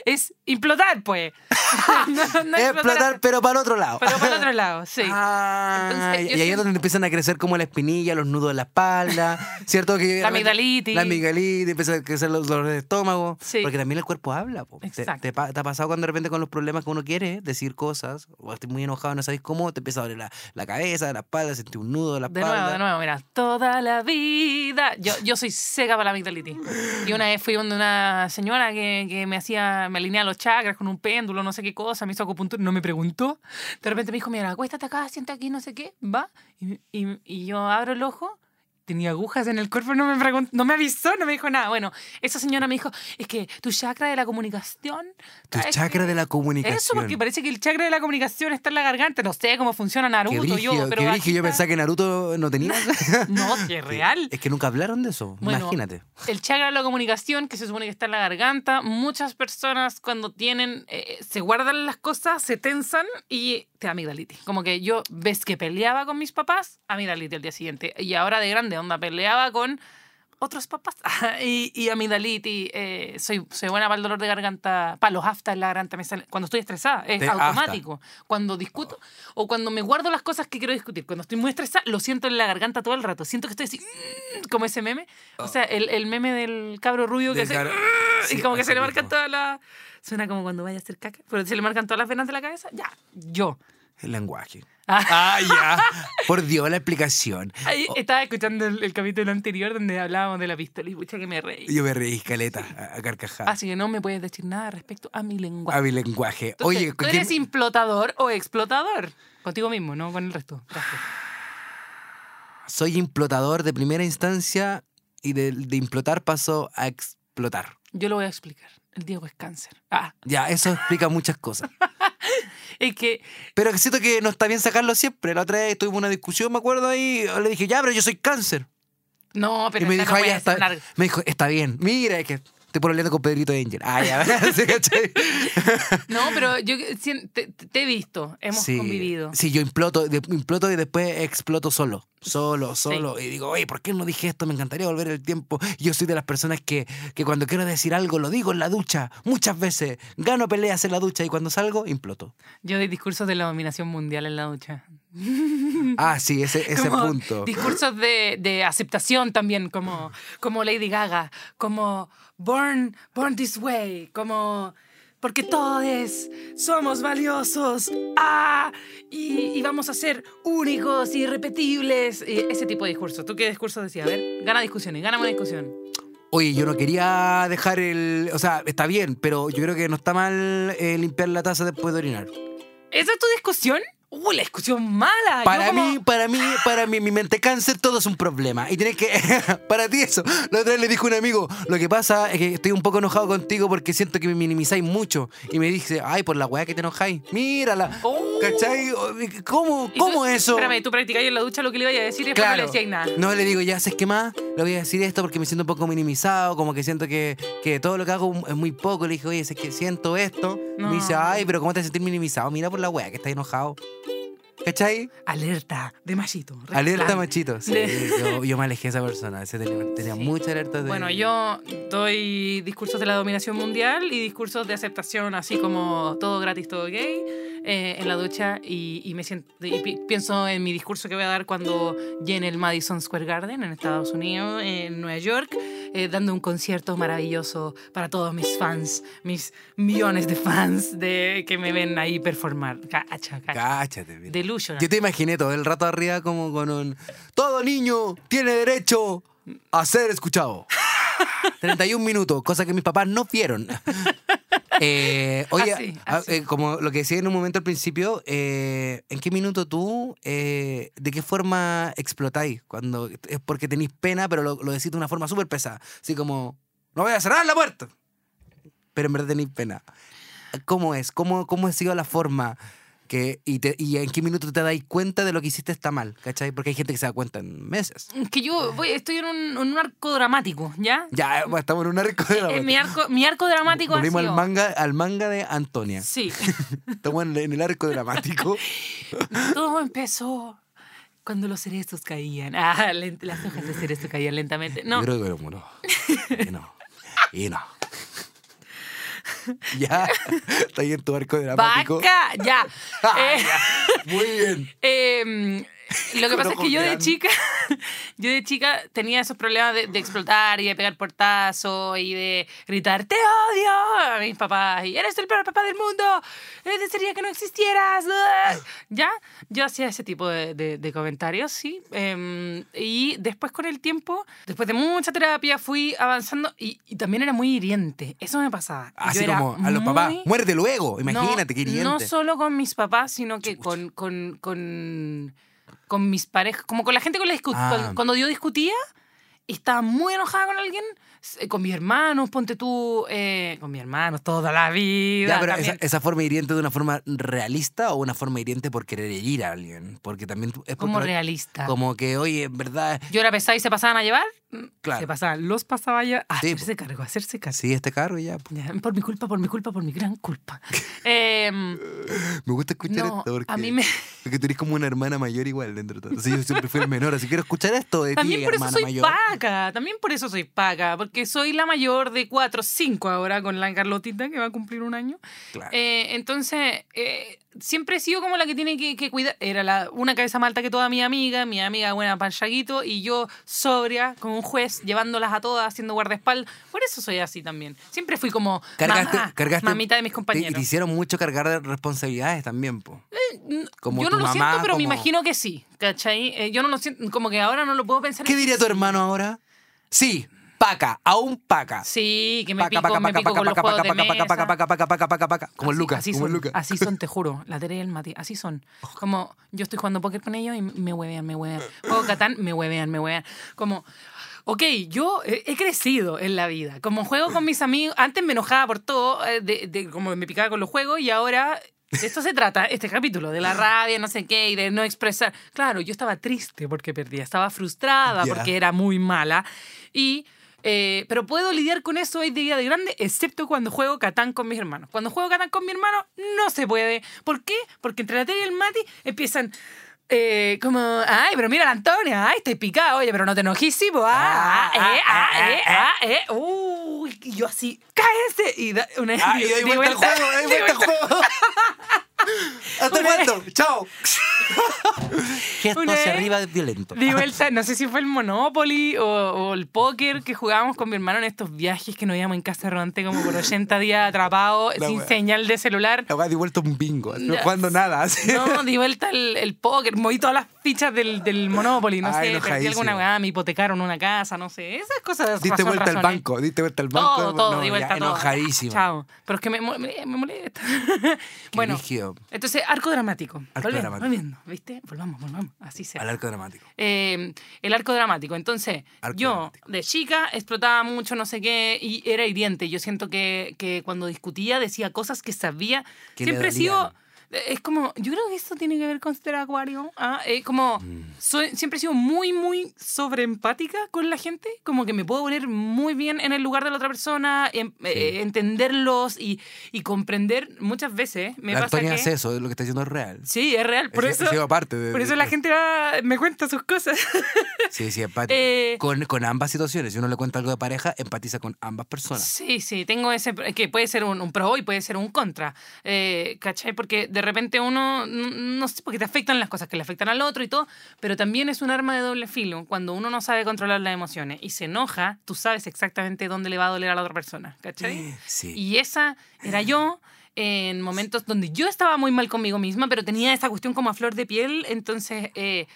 Speaker 1: es implotar, pues. No, no, no
Speaker 2: Eh, Explotar, pero para el otro lado.
Speaker 1: Pero para el otro lado, sí.
Speaker 2: Ah,
Speaker 1: Entonces, yo
Speaker 2: y ahí es
Speaker 1: siento-
Speaker 2: donde empiezan a crecer como la espinilla, los nudos en la espalda, ¿cierto? Que
Speaker 1: La amigdalitis.
Speaker 2: La amigdalitis, empiezan a crecer los dolores de estómago.
Speaker 1: Sí.
Speaker 2: Porque también el cuerpo habla. po. Te-
Speaker 1: Exacto.
Speaker 2: Te, pa- te ha pasado cuando de repente con los problemas que uno quiere decir cosas, o estás muy enojado, no sabes cómo, te empieza a doler la, la cabeza, la espalda, sentir un nudo en la
Speaker 1: De
Speaker 2: espalda.
Speaker 1: nuevo, de nuevo, mira, toda la vida. Yo, yo soy seca para la amigdalitis. Y una vez fui donde una señora que, que me hacía, me alineaba los chakras con un péndulo, no sé qué cosa, me hizo acupuntura, no me preguntó. De repente me dijo, mira, acuéstate acá, sienta aquí, no sé qué, va. Y, y- y yo abro el ojo. Tenía agujas en el cuerpo, no me, pregun- no me avisó, no me dijo nada. Bueno, esa señora me dijo, es que tu chakra de la comunicación...
Speaker 2: Tu
Speaker 1: cada vez
Speaker 2: chakra
Speaker 1: que-
Speaker 2: de la comunicación.
Speaker 1: Eso, porque parece que el chakra de la comunicación está en la garganta. No sé cómo funciona Naruto,
Speaker 2: Qué brígido,
Speaker 1: yo, pero...
Speaker 2: qué brígido. Yo
Speaker 1: bajita-
Speaker 2: pensaba que Naruto no tenía.
Speaker 1: No, si es real.
Speaker 2: Es que nunca hablaron de eso.
Speaker 1: Bueno,
Speaker 2: Imagínate.
Speaker 1: El chakra de la comunicación, que se supone que está en la garganta, muchas personas cuando tienen, eh, se guardan las cosas, se tensan y te da amigdalitis. Como que yo, ves que peleaba con mis papás, amigdalitis al día siguiente. Y ahora de grande onda, peleaba con otros papás y, y amigdalitis. eh, soy, soy buena para el dolor de garganta, para los aftas en la garganta. Me sale, cuando estoy estresada, es
Speaker 2: Te afta.
Speaker 1: automático. Cuando discuto o cuando me guardo las cosas que quiero discutir. Cuando estoy muy estresada, lo siento en la garganta todo el rato. Siento que estoy así, mm, como ese meme. O sea, el, el meme del cabro rubio que
Speaker 2: Ah. Del
Speaker 1: hace,
Speaker 2: cabro-
Speaker 1: "Arr", y
Speaker 2: sí, ah.
Speaker 1: como que
Speaker 2: ese
Speaker 1: se le marcan
Speaker 2: mismo.
Speaker 1: todas las... Suena como cuando vaya a hacer caca, pero se le marcan todas las venas de la cabeza. Ya, yo.
Speaker 2: El lenguaje.
Speaker 1: Ah.
Speaker 2: Ah, oh. ya. Por Dios, la explicación.
Speaker 1: Ahí estaba escuchando el, el capítulo anterior donde hablábamos de la pistola y pucha que me reí.
Speaker 2: Yo me reí caleta a, a carcajadas.
Speaker 1: Así que no me puedes decir nada respecto a mi lenguaje.
Speaker 2: A mi lenguaje.
Speaker 1: Entonces,
Speaker 2: Ah, Oye,
Speaker 1: ¿tú
Speaker 2: ¿quién-
Speaker 1: eres implotador o explotador? Contigo mismo, no con el resto. Gracias.
Speaker 2: soy implotador de primera instancia y de, de implotar paso a explotar.
Speaker 1: Yo lo voy a explicar. El Diego es cáncer. Ah,
Speaker 2: Ya, eso explica muchas cosas.
Speaker 1: es que
Speaker 2: Pero siento que no está bien sacarlo siempre. La otra vez tuvimos una discusión, me acuerdo, ahí le dije, ya, pero yo soy cáncer.
Speaker 1: no, pero
Speaker 2: y me
Speaker 1: esta
Speaker 2: dijo,
Speaker 1: no
Speaker 2: "Ay,
Speaker 1: puede
Speaker 2: ya está.
Speaker 1: ser larga.
Speaker 2: Me dijo, está bien. Mira, es que estoy problemando con Pedrito Angel. Ah, ya. ¿sí, cachai?
Speaker 1: No, pero yo sien- te, te- te he visto, hemos
Speaker 2: Sí,
Speaker 1: convivido.
Speaker 2: Sí, yo imploto, de- imploto y después exploto solo. Solo, solo. Y digo, oye, ¿por qué no dije esto? Me encantaría volver el tiempo. Yo soy de las personas que, que cuando quiero decir algo lo digo en la ducha. Muchas veces. Gano peleas en la ducha y cuando salgo, imploto.
Speaker 1: Yo de discursos de la dominación mundial en la ducha.
Speaker 2: Ah, sí, ese, ese
Speaker 1: Como
Speaker 2: punto.
Speaker 1: Discursos de, de aceptación también, como, como Lady Gaga, como Born, Born This Way, como porque todos somos valiosos ¡Ah! y, y vamos a ser únicos, irrepetibles. Y ese tipo de discurso. ¿Tú qué discurso decías? A ver, gana discusiones, gana una discusión.
Speaker 2: Oye, yo no quería dejar el. O sea, está bien, pero yo creo que no está mal eh, limpiar la taza después de orinar.
Speaker 1: ¿Esa es tu discusión? ¡Uh, la discusión mala! Yo
Speaker 2: Para
Speaker 1: como-
Speaker 2: mí, para mí, para mí, mi mente cáncer, todo es un problema. Y tienes que. para ti, eso. La otra vez le dijo un amigo: Lo que pasa es que estoy un poco enojado contigo porque siento que me minimizáis mucho. Y me dice: Ay, por la weá que te enojáis. Mírala.
Speaker 1: ¡Oh!
Speaker 2: ¿Cachai? ¿Cómo,
Speaker 1: ¿Y tú-
Speaker 2: cómo eso?
Speaker 1: Espérame, tú practicabas en la ducha lo que le iba a decir y después no le decías nada.
Speaker 2: No le digo, ya sé qué más, le voy a decir esto porque me siento un poco minimizado, como que siento que, que todo lo que hago es muy poco. Le dije, oye, es que siento esto.
Speaker 1: No.
Speaker 2: Me dice, ay, pero ¿cómo te sentís minimizado? Mira por la weá que estás enojado. ¿Cachai?
Speaker 1: Alerta de machito. red
Speaker 2: Alerta
Speaker 1: flag.
Speaker 2: machito. Sí,
Speaker 1: De-
Speaker 2: yo, yo me alejé de esa persona. ese tenía tenía
Speaker 1: Sí.
Speaker 2: mucha alerta de.
Speaker 1: Bueno, yo doy discursos de la dominación mundial y discursos de aceptación, así como todo gratis, todo gay, eh, en la ducha y, y me siento, y pi- pienso en mi discurso que voy a dar cuando llene el Madison Square Garden en Estados Unidos, en Nueva York, eh, dando un concierto maravilloso para todos mis fans, mis millones de fans de, que me ven ahí performar. Cacha, cacha.
Speaker 2: Cáchate, mira.
Speaker 1: Delusional.
Speaker 2: Yo te imaginé todo el rato arriba como con un. Todo niño tiene derecho a ser escuchado. 31 minutos, cosa que mis papás no vieron. Eh, oye,
Speaker 1: Así,
Speaker 2: ah,
Speaker 1: así.
Speaker 2: eh, como lo que decía en un momento al principio, eh, ¿en qué minuto tú, eh, de qué forma explotáis? Cuando es porque tenéis pena, pero lo, lo decís de una forma súper pesada. Así como, no voy a cerrar la puerta. Pero en verdad tenéis pena. ¿Cómo es? ¿Cómo, cómo ha sido la forma? Que, y, te- y en qué minuto te dais cuenta de lo que hiciste está mal, ¿cachai? Porque hay gente que se da cuenta en meses.
Speaker 1: Que yo voy- estoy en un, en un arco dramático, ¿ya?
Speaker 2: Ya, eh, estamos en un arco de la
Speaker 1: Eh,
Speaker 2: vuelta.
Speaker 1: mi, arco, mi arco dramático ha
Speaker 2: Volvimos
Speaker 1: sido-
Speaker 2: al manga, al manga de Antonia.
Speaker 1: Sí.
Speaker 2: Estamos en, en el arco dramático.
Speaker 1: Todo empezó cuando los cerezos caían. Ah, lent- las hojas de cerezo caían lentamente. No,
Speaker 2: Yo creo que lo murió. Y no. Y no. Ya. Está ahí en tu arco dramático.
Speaker 1: ¡Vaca! Eh. Ya.
Speaker 2: Ah,
Speaker 1: Eh,
Speaker 2: ya. Muy bien.
Speaker 1: Eh, lo que
Speaker 2: Con
Speaker 1: pasa es
Speaker 2: ojos
Speaker 1: que yo de
Speaker 2: grandes.
Speaker 1: chica, yo de chica tenía esos problemas de, de explotar y de pegar portazos y de gritar te odio a mis papás y eres el peor papá del mundo, eh, desearía que no existieras. ah". Ya, yo hacía ese tipo de, de- de comentarios, sí. Eh, y después con el tiempo, después de mucha terapia, fui avanzando y, y también era muy hiriente. Eso me pasaba. Yo
Speaker 2: Así
Speaker 1: era
Speaker 2: Ah, como a los papás.
Speaker 1: muy-
Speaker 2: Muerte luego. Imagínate,
Speaker 1: no,
Speaker 2: qué hiriente.
Speaker 1: No solo con mis papás, sino que con, con, con, con mis parejas, como con la gente con la discu-
Speaker 2: Ah.
Speaker 1: con- cuando yo discutía y estaba muy enojada con alguien, eh, con mis hermanos, ponte tú, eh, con mis hermanos toda la vida.
Speaker 2: Ya, pero esa,
Speaker 1: también.
Speaker 2: esa forma hiriente de una forma realista o una forma hiriente por querer herir a alguien. Porque también tú- es
Speaker 1: como
Speaker 2: porque-
Speaker 1: realista.
Speaker 2: Como que, oye, en verdad,
Speaker 1: Yo era pesada y se pasaban a llevar. Se
Speaker 2: claro.
Speaker 1: pasaban, los pasaba a llevar. A
Speaker 2: Sí,
Speaker 1: hacerse cargo, a hacerse cargo.
Speaker 2: Sí, este cargo ya. po.
Speaker 1: Ya, Por mi culpa, por mi culpa, por mi gran culpa. Em,
Speaker 2: Me gusta escuchar
Speaker 1: no,
Speaker 2: esto porque,
Speaker 1: a mí me,
Speaker 2: porque tú eres como una hermana mayor igual dentro de todo. Sí, yo siempre fui el menor, así quiero escuchar esto de ti,
Speaker 1: También por eso
Speaker 2: hermana
Speaker 1: soy
Speaker 2: mayor.
Speaker 1: paca, también por eso soy paca, porque soy la mayor de cuatro, cinco ahora con la Carlotita que va a cumplir un año.
Speaker 2: Claro.
Speaker 1: Eh, entonces, eh, siempre he sido como la que tiene que, que cuidar. Era la, una cabeza malta que toda mi amiga, mi amiga buena para el Chaguito, y yo sobria, como un juez, llevándolas a todas, haciendo guardaespaldas. Por eso soy así también. Siempre fui como
Speaker 2: Cargaste,
Speaker 1: mamá,
Speaker 2: cargaste.
Speaker 1: mamita de mis
Speaker 2: te-
Speaker 1: compañeros. Eh,
Speaker 2: Te, hicieron mucho cargar de responsabilidades también, po. como
Speaker 1: yo no
Speaker 2: tu
Speaker 1: lo
Speaker 2: mamá,
Speaker 1: siento, pero me
Speaker 2: como-
Speaker 1: imagino que sí, ¿cachai? Eh, yo no lo siento, como que ahora no lo puedo pensar.
Speaker 2: ¿Qué diría tu hermano ahora? Sí, paca, aún paca.
Speaker 1: Sí, que me
Speaker 2: Paca,
Speaker 1: pico,
Speaker 2: paca,
Speaker 1: me
Speaker 2: paca,
Speaker 1: pico
Speaker 2: paca,
Speaker 1: con los
Speaker 2: paca,
Speaker 1: juegos
Speaker 2: paca,
Speaker 1: de
Speaker 2: paca, paca,
Speaker 1: mesa.
Speaker 2: paca, paca, paca, paca, paca, paca, como el
Speaker 1: Así-
Speaker 2: Lucas,
Speaker 1: así
Speaker 2: como el
Speaker 1: son,
Speaker 2: Lucas.
Speaker 1: Así son, te juro. La tarea del Mati, así son. Como yo estoy jugando póker con ellos y me huevean, me huevean. Juego Catán, me huevean, me huevean. Como, ok, yo he, he crecido en la vida. Como juego con mis amigos, antes me enojaba por todo, eh, de, de- como me picaba con los juegos y ahora... De esto se trata este capítulo, de la rabia, no sé qué, y de no expresar. Claro, yo estaba triste porque perdía, estaba frustrada
Speaker 2: Ya.
Speaker 1: porque era muy mala. Y, eh, pero puedo lidiar con eso hoy día de grande, excepto cuando juego Catán con mis hermanos. Cuando juego Catán con mi hermano, no se puede. ¿Por qué? Porque entre la Tere y el Mati empiezan. eh, como, ay, pero mira la Antonia, ay, estoy picado, oye, pero no te enojís, sí, po, ah, ah, eh, ah, eh, ah, eh, uy, y yo así, cállese, y da una
Speaker 2: Ah, y doy
Speaker 1: di
Speaker 2: vuelta al
Speaker 1: vuelta,
Speaker 2: juego, doy
Speaker 1: di
Speaker 2: vuelta al
Speaker 1: vuelta.
Speaker 2: juego. Hasta
Speaker 1: Una vez-
Speaker 2: pronto, chao. Gesto
Speaker 1: Una
Speaker 2: hacia
Speaker 1: vez-
Speaker 2: arriba es violento.
Speaker 1: Di vuelta, no sé si fue el Monopoly o, o el póker que jugábamos con mi hermano en estos viajes que nos íbamos en casa rodante como por 80 días atrapados,
Speaker 2: La
Speaker 1: sin
Speaker 2: wea.
Speaker 1: señal de celular.
Speaker 2: La weá di vuelta un bingo, así, no
Speaker 1: Ya.
Speaker 2: jugando nada. así.
Speaker 1: No, di vuelta el, el póker, moví todas las fichas del, del Monopoly, no
Speaker 2: Ay,
Speaker 1: sé, perdí
Speaker 2: enojadísimo.
Speaker 1: alguna weá, me hipotecaron una casa, no sé, esas cosas.
Speaker 2: Diste
Speaker 1: razón,
Speaker 2: vuelta al
Speaker 1: razones.
Speaker 2: banco, diste vuelta al banco.
Speaker 1: Todo, todo,
Speaker 2: no,
Speaker 1: di vuelta
Speaker 2: ya,
Speaker 1: todo.
Speaker 2: Enojadísimo.
Speaker 1: Chao. Pero es que me, mo- me- me molesta.
Speaker 2: Qué
Speaker 1: bueno,
Speaker 2: brígido.
Speaker 1: entonces, arco dramático.
Speaker 2: Arco
Speaker 1: volviendo,
Speaker 2: dramático.
Speaker 1: volviendo, ¿viste? Volvamos, volvamos. Así se
Speaker 2: Al arco dramático.
Speaker 1: eh, el arco dramático. Entonces,
Speaker 2: Arco
Speaker 1: yo
Speaker 2: dramático.
Speaker 1: de chica explotaba mucho, no sé qué, y era hiriente. Yo siento que, que cuando discutía decía cosas que sabía.
Speaker 2: Que le
Speaker 1: Siempre he sido. eh,
Speaker 2: dolían.
Speaker 1: Es como, yo creo que esto tiene que ver con ser acuario. ¿ah? Eh, como,
Speaker 2: Mm.
Speaker 1: soy- siempre he sido muy, muy sobreempática con la gente. Como que me puedo poner muy bien en el lugar de la otra persona, en- eh, entenderlos y, y comprender. Muchas veces me
Speaker 2: La
Speaker 1: pasa
Speaker 2: Antonia
Speaker 1: que...
Speaker 2: hace eso, lo que está diciendo es real.
Speaker 1: Sí, es real. Por
Speaker 2: Es-
Speaker 1: eso,
Speaker 2: es algo aparte de-
Speaker 1: por eso
Speaker 2: de-
Speaker 1: la gente va- me cuenta sus cosas.
Speaker 2: Sí, sí, empática.
Speaker 1: Eh,
Speaker 2: con, con ambas situaciones. Si uno le cuenta algo de pareja, empatiza con ambas personas.
Speaker 1: Sí, sí, tengo ese, que puede ser un, un pro y puede ser un contra, eh, ¿cachai? Porque de repente uno, no, no sé, porque te afectan las cosas que le afectan al otro y todo, pero también es un arma de doble filo cuando uno no sabe controlar las emociones y se enoja, tú sabes exactamente dónde le va a doler a la otra persona, ¿cachai?
Speaker 2: Sí.
Speaker 1: Y esa era yo en momentos donde yo estaba muy mal conmigo misma, pero tenía esa cuestión como a flor de piel, entonces eh,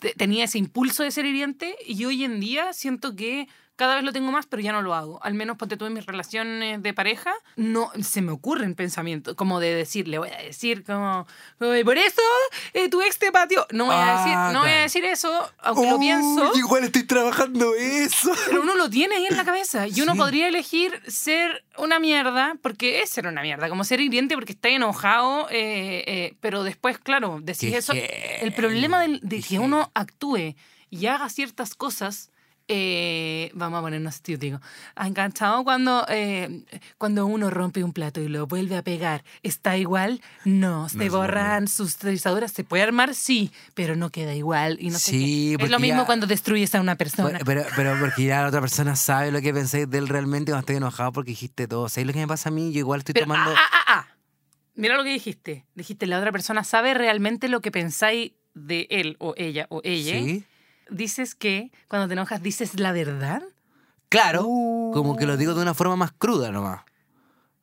Speaker 1: te- tenía ese impulso de ser hiriente y hoy en día siento que cada vez lo tengo más, pero ya no lo hago. Al menos ponte tú en mis relaciones de pareja, no se me ocurren pensamientos como de decir, le voy a decir como, "Oye, por eso eh, tu ex te pateó. No voy a
Speaker 2: Ah,
Speaker 1: decir, no voy a
Speaker 2: claro.
Speaker 1: decir eso, aunque lo
Speaker 2: Uy,
Speaker 1: pienso.
Speaker 2: Igual estoy trabajando eso.
Speaker 1: Pero uno lo tiene ahí en la cabeza. Y uno
Speaker 2: Sí.
Speaker 1: podría elegir ser una mierda, porque es ser una mierda, como ser hiriente porque está enojado, eh, eh, pero después, claro, decís
Speaker 2: Qué
Speaker 1: eso.
Speaker 2: heavy,
Speaker 1: El problema del- de,
Speaker 2: qué
Speaker 1: que uno actúe y haga ciertas cosas eh, vamos a ponernos estúpidos. Enganchado cuando, eh, cuando uno rompe un plato y lo vuelve a pegar, ¿está igual? No, se
Speaker 2: No es lo
Speaker 1: borran sus trazaduras. ¿Se puede armar? Sí, pero no queda igual. Y no sé
Speaker 2: Sí,
Speaker 1: qué. Es lo
Speaker 2: porque
Speaker 1: mismo
Speaker 2: ya-
Speaker 1: cuando destruyes a una persona.
Speaker 2: Pero, pero, pero porque ya la otra persona sabe lo que pensáis de él realmente cuando estoy enojado porque dijiste todo. ¿Sabes lo que me pasa a mí? Yo igual estoy
Speaker 1: Pero,
Speaker 2: tomando.
Speaker 1: ah, ah, ah, ah. Mira lo que dijiste. Dijiste, la otra persona sabe realmente lo que pensáis de él o ella o ella.
Speaker 2: ¿Sí?
Speaker 1: Dices que cuando te enojas dices la verdad.
Speaker 2: Claro. Como que lo digo
Speaker 1: Uh.
Speaker 2: de una forma más cruda nomás.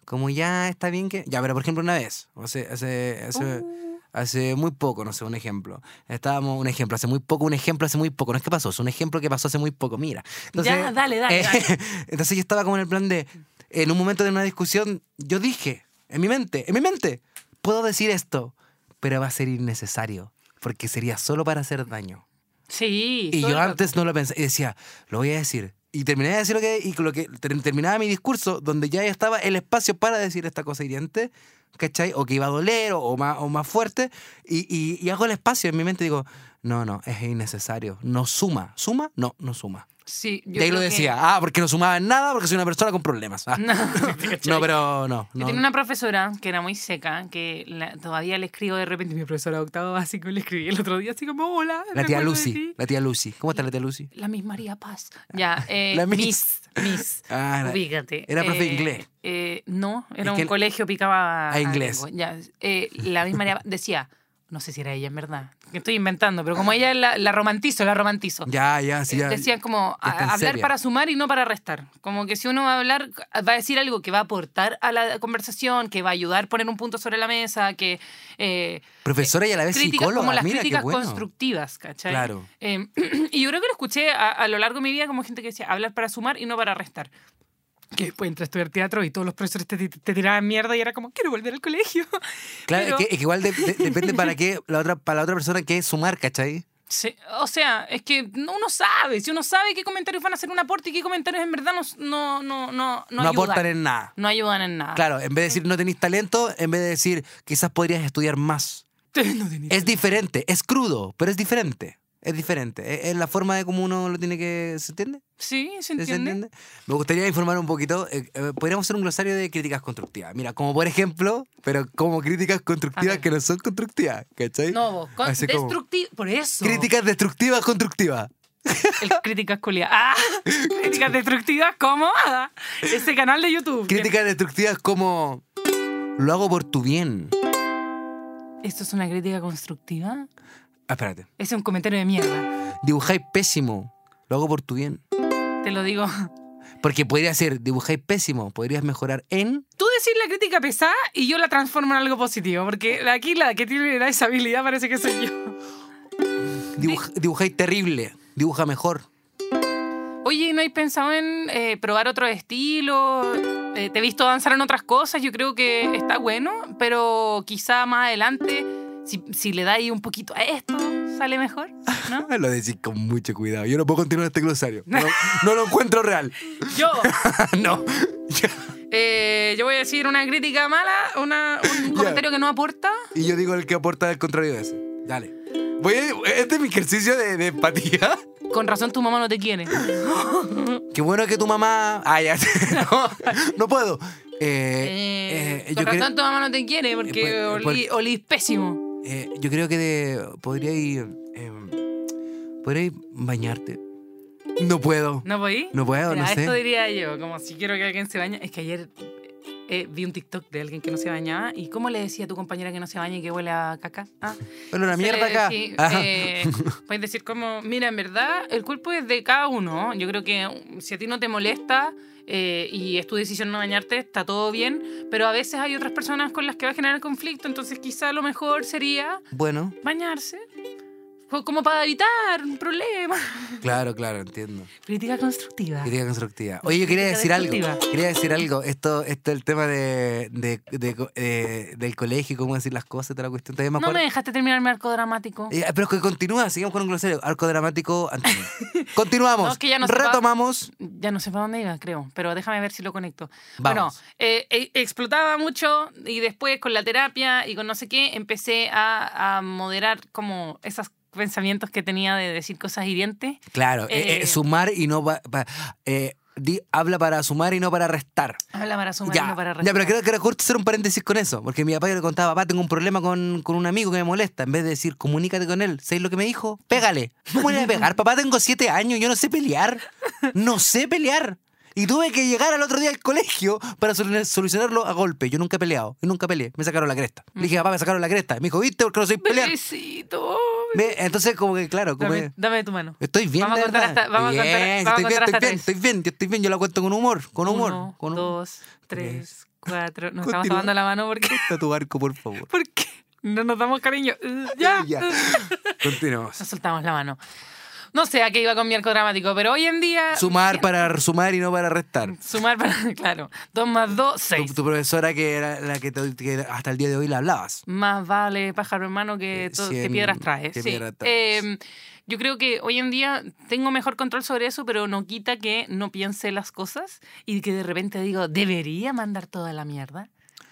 Speaker 2: Como ya está bien que. Ya, pero por ejemplo, una vez. Hace, hace, hace,
Speaker 1: Uh.
Speaker 2: hace muy poco, no sé, un ejemplo. Estábamos, un ejemplo, hace muy poco, un ejemplo, hace muy poco. No es que pasó, es un ejemplo que pasó hace muy poco. Mira. Entonces,
Speaker 1: ya, dale, dale.
Speaker 2: Eh,
Speaker 1: dale.
Speaker 2: Entonces yo estaba como en el plan de, en un momento de una discusión, yo dije, en mi mente, en mi mente, puedo decir esto, pero va a ser innecesario, porque sería solo para hacer daño.
Speaker 1: Sí. todo
Speaker 2: Y yo
Speaker 1: el rato.
Speaker 2: antes no lo pensé, y decía, lo voy a decir. Y terminé de decir lo que, y lo que ter- terminaba mi discurso, donde ya estaba el espacio para decir esta cosa hiriente, ¿cachai? O que iba a doler, o, o más, o más fuerte, y, y- y hago el espacio en mi mente, digo, no, no, es innecesario, no suma, suma, no, no suma.
Speaker 1: Sí, yo
Speaker 2: De ahí lo
Speaker 1: creo que- Mm,
Speaker 2: decía, ah, porque no sumaba en nada, porque soy una persona con problemas. Ah.
Speaker 1: No,
Speaker 2: No, pero no.
Speaker 1: Yo
Speaker 2: no.
Speaker 1: tenía una profesora que era muy seca, que la- todavía le escribo de repente, mi profesora de octavo básico, le escribí el otro día así como, hola. me
Speaker 2: La tía
Speaker 1: acuerdo de ti".
Speaker 2: Lucy, la tía Lucy. ¿Cómo está la tía Lucy?
Speaker 1: La Miss María Paz. Ya, eh,
Speaker 2: La
Speaker 1: Miss.
Speaker 2: Miss.
Speaker 1: Miss.
Speaker 2: Ah, la-
Speaker 1: Ubícate.
Speaker 2: era profe de
Speaker 1: Eh,
Speaker 2: inglés.
Speaker 1: eh, no,
Speaker 2: Es
Speaker 1: era un
Speaker 2: que-
Speaker 1: colegio picaba.
Speaker 2: a inglés.
Speaker 1: gringo. Ya, eh, la Miss María decía, no sé si era ella en verdad, que estoy inventando, pero como ella la, la romantizo, la romantizo.
Speaker 2: ya, ya, sí,
Speaker 1: Eh,
Speaker 2: ya.
Speaker 1: Decían como
Speaker 2: ya
Speaker 1: a-
Speaker 2: está en
Speaker 1: hablar
Speaker 2: seria.
Speaker 1: para sumar y no para restar. Como que si uno va a hablar, va a decir algo que va a aportar a la conversación, que va a ayudar a poner un punto sobre la mesa, que eh,
Speaker 2: Profesora y a la vez
Speaker 1: críticas
Speaker 2: psicóloga.
Speaker 1: como las
Speaker 2: Mira,
Speaker 1: críticas
Speaker 2: qué bueno.
Speaker 1: constructivas, ¿cachai?
Speaker 2: Claro.
Speaker 1: Eh, y yo creo que lo escuché a, a lo largo de mi vida como gente que decía hablar para sumar y no para restar. Que después entré a estudiar teatro y todos los profesores te, te- te tiraban mierda y era como, quiero volver al colegio.
Speaker 2: Claro,
Speaker 1: Pero-
Speaker 2: es, que, es que igual de- de- depende para qué la otra, para la otra persona que es sumar, ¿cachai?
Speaker 1: Sí, o sea, es que no- uno sabe, si uno sabe qué comentarios van a hacer un aporte y qué comentarios en verdad nos- no, no, no, no,
Speaker 2: No,
Speaker 1: ayudan.
Speaker 2: aportan en nada.
Speaker 1: No ayudan en nada.
Speaker 2: Claro, en vez de decir no tenéis talento, en vez de decir quizás podrías estudiar más.
Speaker 1: No tenía
Speaker 2: Es diferente, es crudo, pero es diferente. Es diferente. Es, es la forma de cómo uno lo tiene que. ¿Se entiende?
Speaker 1: Sí, ¿se
Speaker 2: ¿Se
Speaker 1: entiende?
Speaker 2: entiende? Me gustaría informar un poquito. eh, eh, podríamos hacer un glosario de críticas constructivas. Mira, como por ejemplo, pero como críticas constructivas
Speaker 1: ver.
Speaker 2: que no son constructivas, ¿cachai?
Speaker 1: No, vos, con-
Speaker 2: Así como-
Speaker 1: destructivo, por eso.
Speaker 2: Críticas destructivas constructivas.
Speaker 1: El críticas culiadas. Ah, críticas destructivas, ¿cómo? Ah, Ese canal de YouTube.
Speaker 2: Críticas destructivas como lo hago por tu bien.
Speaker 1: ¿Esto es una crítica constructiva?
Speaker 2: Ah, espérate.
Speaker 1: Es un comentario de mierda.
Speaker 2: Dibujáis pésimo. Lo hago por tu bien.
Speaker 1: Te lo digo.
Speaker 2: Porque podría ser dibujáis pésimo. Podrías mejorar en.
Speaker 1: Tú decís la crítica pesada y yo la transformo en algo positivo, porque aquí la que tiene la habilidad parece que soy yo.
Speaker 2: dibuj- dibujáis terrible. Dibuja mejor.
Speaker 1: Oye, ¿no hay pensado en eh, probar otro estilo? Eh, te he visto danzar en otras cosas, yo creo que está bueno, pero quizá más adelante, si, si le dais un poquito a esto, sale mejor, ¿no?
Speaker 2: Ah, Lo decís con mucho cuidado. Yo no puedo continuar este glosario. No, no lo encuentro real.
Speaker 1: Yo,
Speaker 2: no.
Speaker 1: eh, yo voy a decir una crítica mala, una- un comentario que no aporta.
Speaker 2: Y yo digo el que aporta el contrario de ese. Dale. Voy a- este es mi ejercicio de, de empatía.
Speaker 1: Con razón tu mamá no te quiere.
Speaker 2: Qué bueno que tu mamá. Ah, ya. No, no puedo. Eh,
Speaker 1: Eh,
Speaker 2: eh, yo,
Speaker 1: con
Speaker 2: cre-
Speaker 1: razón tu mamá no te quiere porque
Speaker 2: Eh, por-
Speaker 1: olí, olí pésimo.
Speaker 2: eh, yo creo que de- podría ir. eh, podría ir bañarte. No puedo.
Speaker 1: ¿No podí?
Speaker 2: No puedo,
Speaker 1: Mira,
Speaker 2: no
Speaker 1: esto
Speaker 2: sé.
Speaker 1: diría yo, como si quiero que alguien se bañe. Es que ayer eh, vi un TikTok de alguien que no se bañaba. ¿Y cómo le decía a tu compañera que no se baña y que huele a caca? Ah,
Speaker 2: Bueno, la
Speaker 1: se
Speaker 2: mierda
Speaker 1: le
Speaker 2: acá. Ah.
Speaker 1: decí-
Speaker 2: Ajá.
Speaker 1: eh, puedes decir como, mira, en verdad, el cuerpo es de cada uno. Yo creo que um, si a ti no te molesta eh, y es tu decisión no bañarte, está todo bien. Pero a veces hay otras personas con las que va a generar conflicto. Entonces quizá lo mejor sería
Speaker 2: Bueno,
Speaker 1: bañarse. co- Como para evitar un problema.
Speaker 2: claro, claro, entiendo.
Speaker 1: Crítica constructiva.
Speaker 2: Crítica constructiva. Oye, yo quería decir algo.
Speaker 1: destructiva.
Speaker 2: Quería decir algo. Esto, esto el tema de, de- de co- eh, del colegio, cómo decir las cosas, toda la cuestión. Todavía me
Speaker 1: No
Speaker 2: acuerdo.
Speaker 1: me dejaste terminar mi arco dramático.
Speaker 2: Eh, pero es que continúa, sigamos con un glosario. Arco dramático, Antonio. Continuamos.
Speaker 1: No, es que ya no se va-
Speaker 2: Retomamos.
Speaker 1: Ya no sé para dónde iba, creo, pero déjame ver si lo conecto.
Speaker 2: Vamos.
Speaker 1: Bueno, eh, eh, explotaba mucho y después con la terapia y con no sé qué empecé a, a moderar como esas pensamientos que tenía de decir cosas hirientes.
Speaker 2: Claro, eh, eh,
Speaker 1: Eh,
Speaker 2: sumar y no pa- pa- eh, di- habla para sumar y no para restar.
Speaker 1: Habla para sumar y
Speaker 2: Ya,
Speaker 1: no para
Speaker 2: ya,
Speaker 1: restar.
Speaker 2: pero creo que era justo hacer un paréntesis con eso, porque mi papá le contaba, papá, tengo un problema con, con un amigo que me molesta, en vez de decir, comunícate con él, ¿sabes lo que me dijo? Pégale. ¿Cómo le voy a pegar? Papá, tengo siete años, yo no sé pelear, no sé pelear. Y tuve que llegar al otro día al colegio para solu- solucionarlo a golpe. Yo nunca he peleado, yo nunca peleé, me sacaron la cresta. Le dije, papá, me sacaron la cresta. Me dijo, ¿viste? Porque no soy pelear.
Speaker 1: Bebecito.
Speaker 2: Ve, Entonces, como que, claro, como
Speaker 1: Dame,
Speaker 2: que-
Speaker 1: dame tu mano.
Speaker 2: Estoy bien,
Speaker 1: Vamos a
Speaker 2: de
Speaker 1: contar
Speaker 2: verdad.
Speaker 1: hasta- vamos a
Speaker 2: Bien,
Speaker 1: contar- vamos a
Speaker 2: estoy bien,
Speaker 1: contar
Speaker 2: estoy
Speaker 1: hasta
Speaker 2: bien,
Speaker 1: tres.
Speaker 2: estoy bien, yo estoy bien, yo la cuento con humor, con humor.
Speaker 1: Uno,
Speaker 2: con humor.
Speaker 1: dos, tres, cuatro. Nos
Speaker 2: Continúa.
Speaker 1: estamos tomando la mano porque,
Speaker 2: Corta tu barco, por favor.
Speaker 1: porque no nos damos cariño. Uh, Ya.
Speaker 2: Ya.
Speaker 1: uh.
Speaker 2: Continuamos.
Speaker 1: Nos soltamos la mano. No sé a qué iba con mi arco dramático, pero hoy en día.
Speaker 2: Sumar para sumar y no para restar.
Speaker 1: Sumar para. Claro. Dos más dos,
Speaker 2: Tu,
Speaker 1: seis.
Speaker 2: tu profesora que era la que, te- que hasta el día de hoy la hablabas.
Speaker 1: Más vale pájaro hermano que,
Speaker 2: Eh,
Speaker 1: to-
Speaker 2: cien-
Speaker 1: que piedras trae.
Speaker 2: que
Speaker 1: sí.
Speaker 2: piedras traes.
Speaker 1: Eh, yo creo que hoy en día tengo mejor control sobre eso, pero no quita que no piense las cosas y que de repente digo, debería mandar toda la mierda.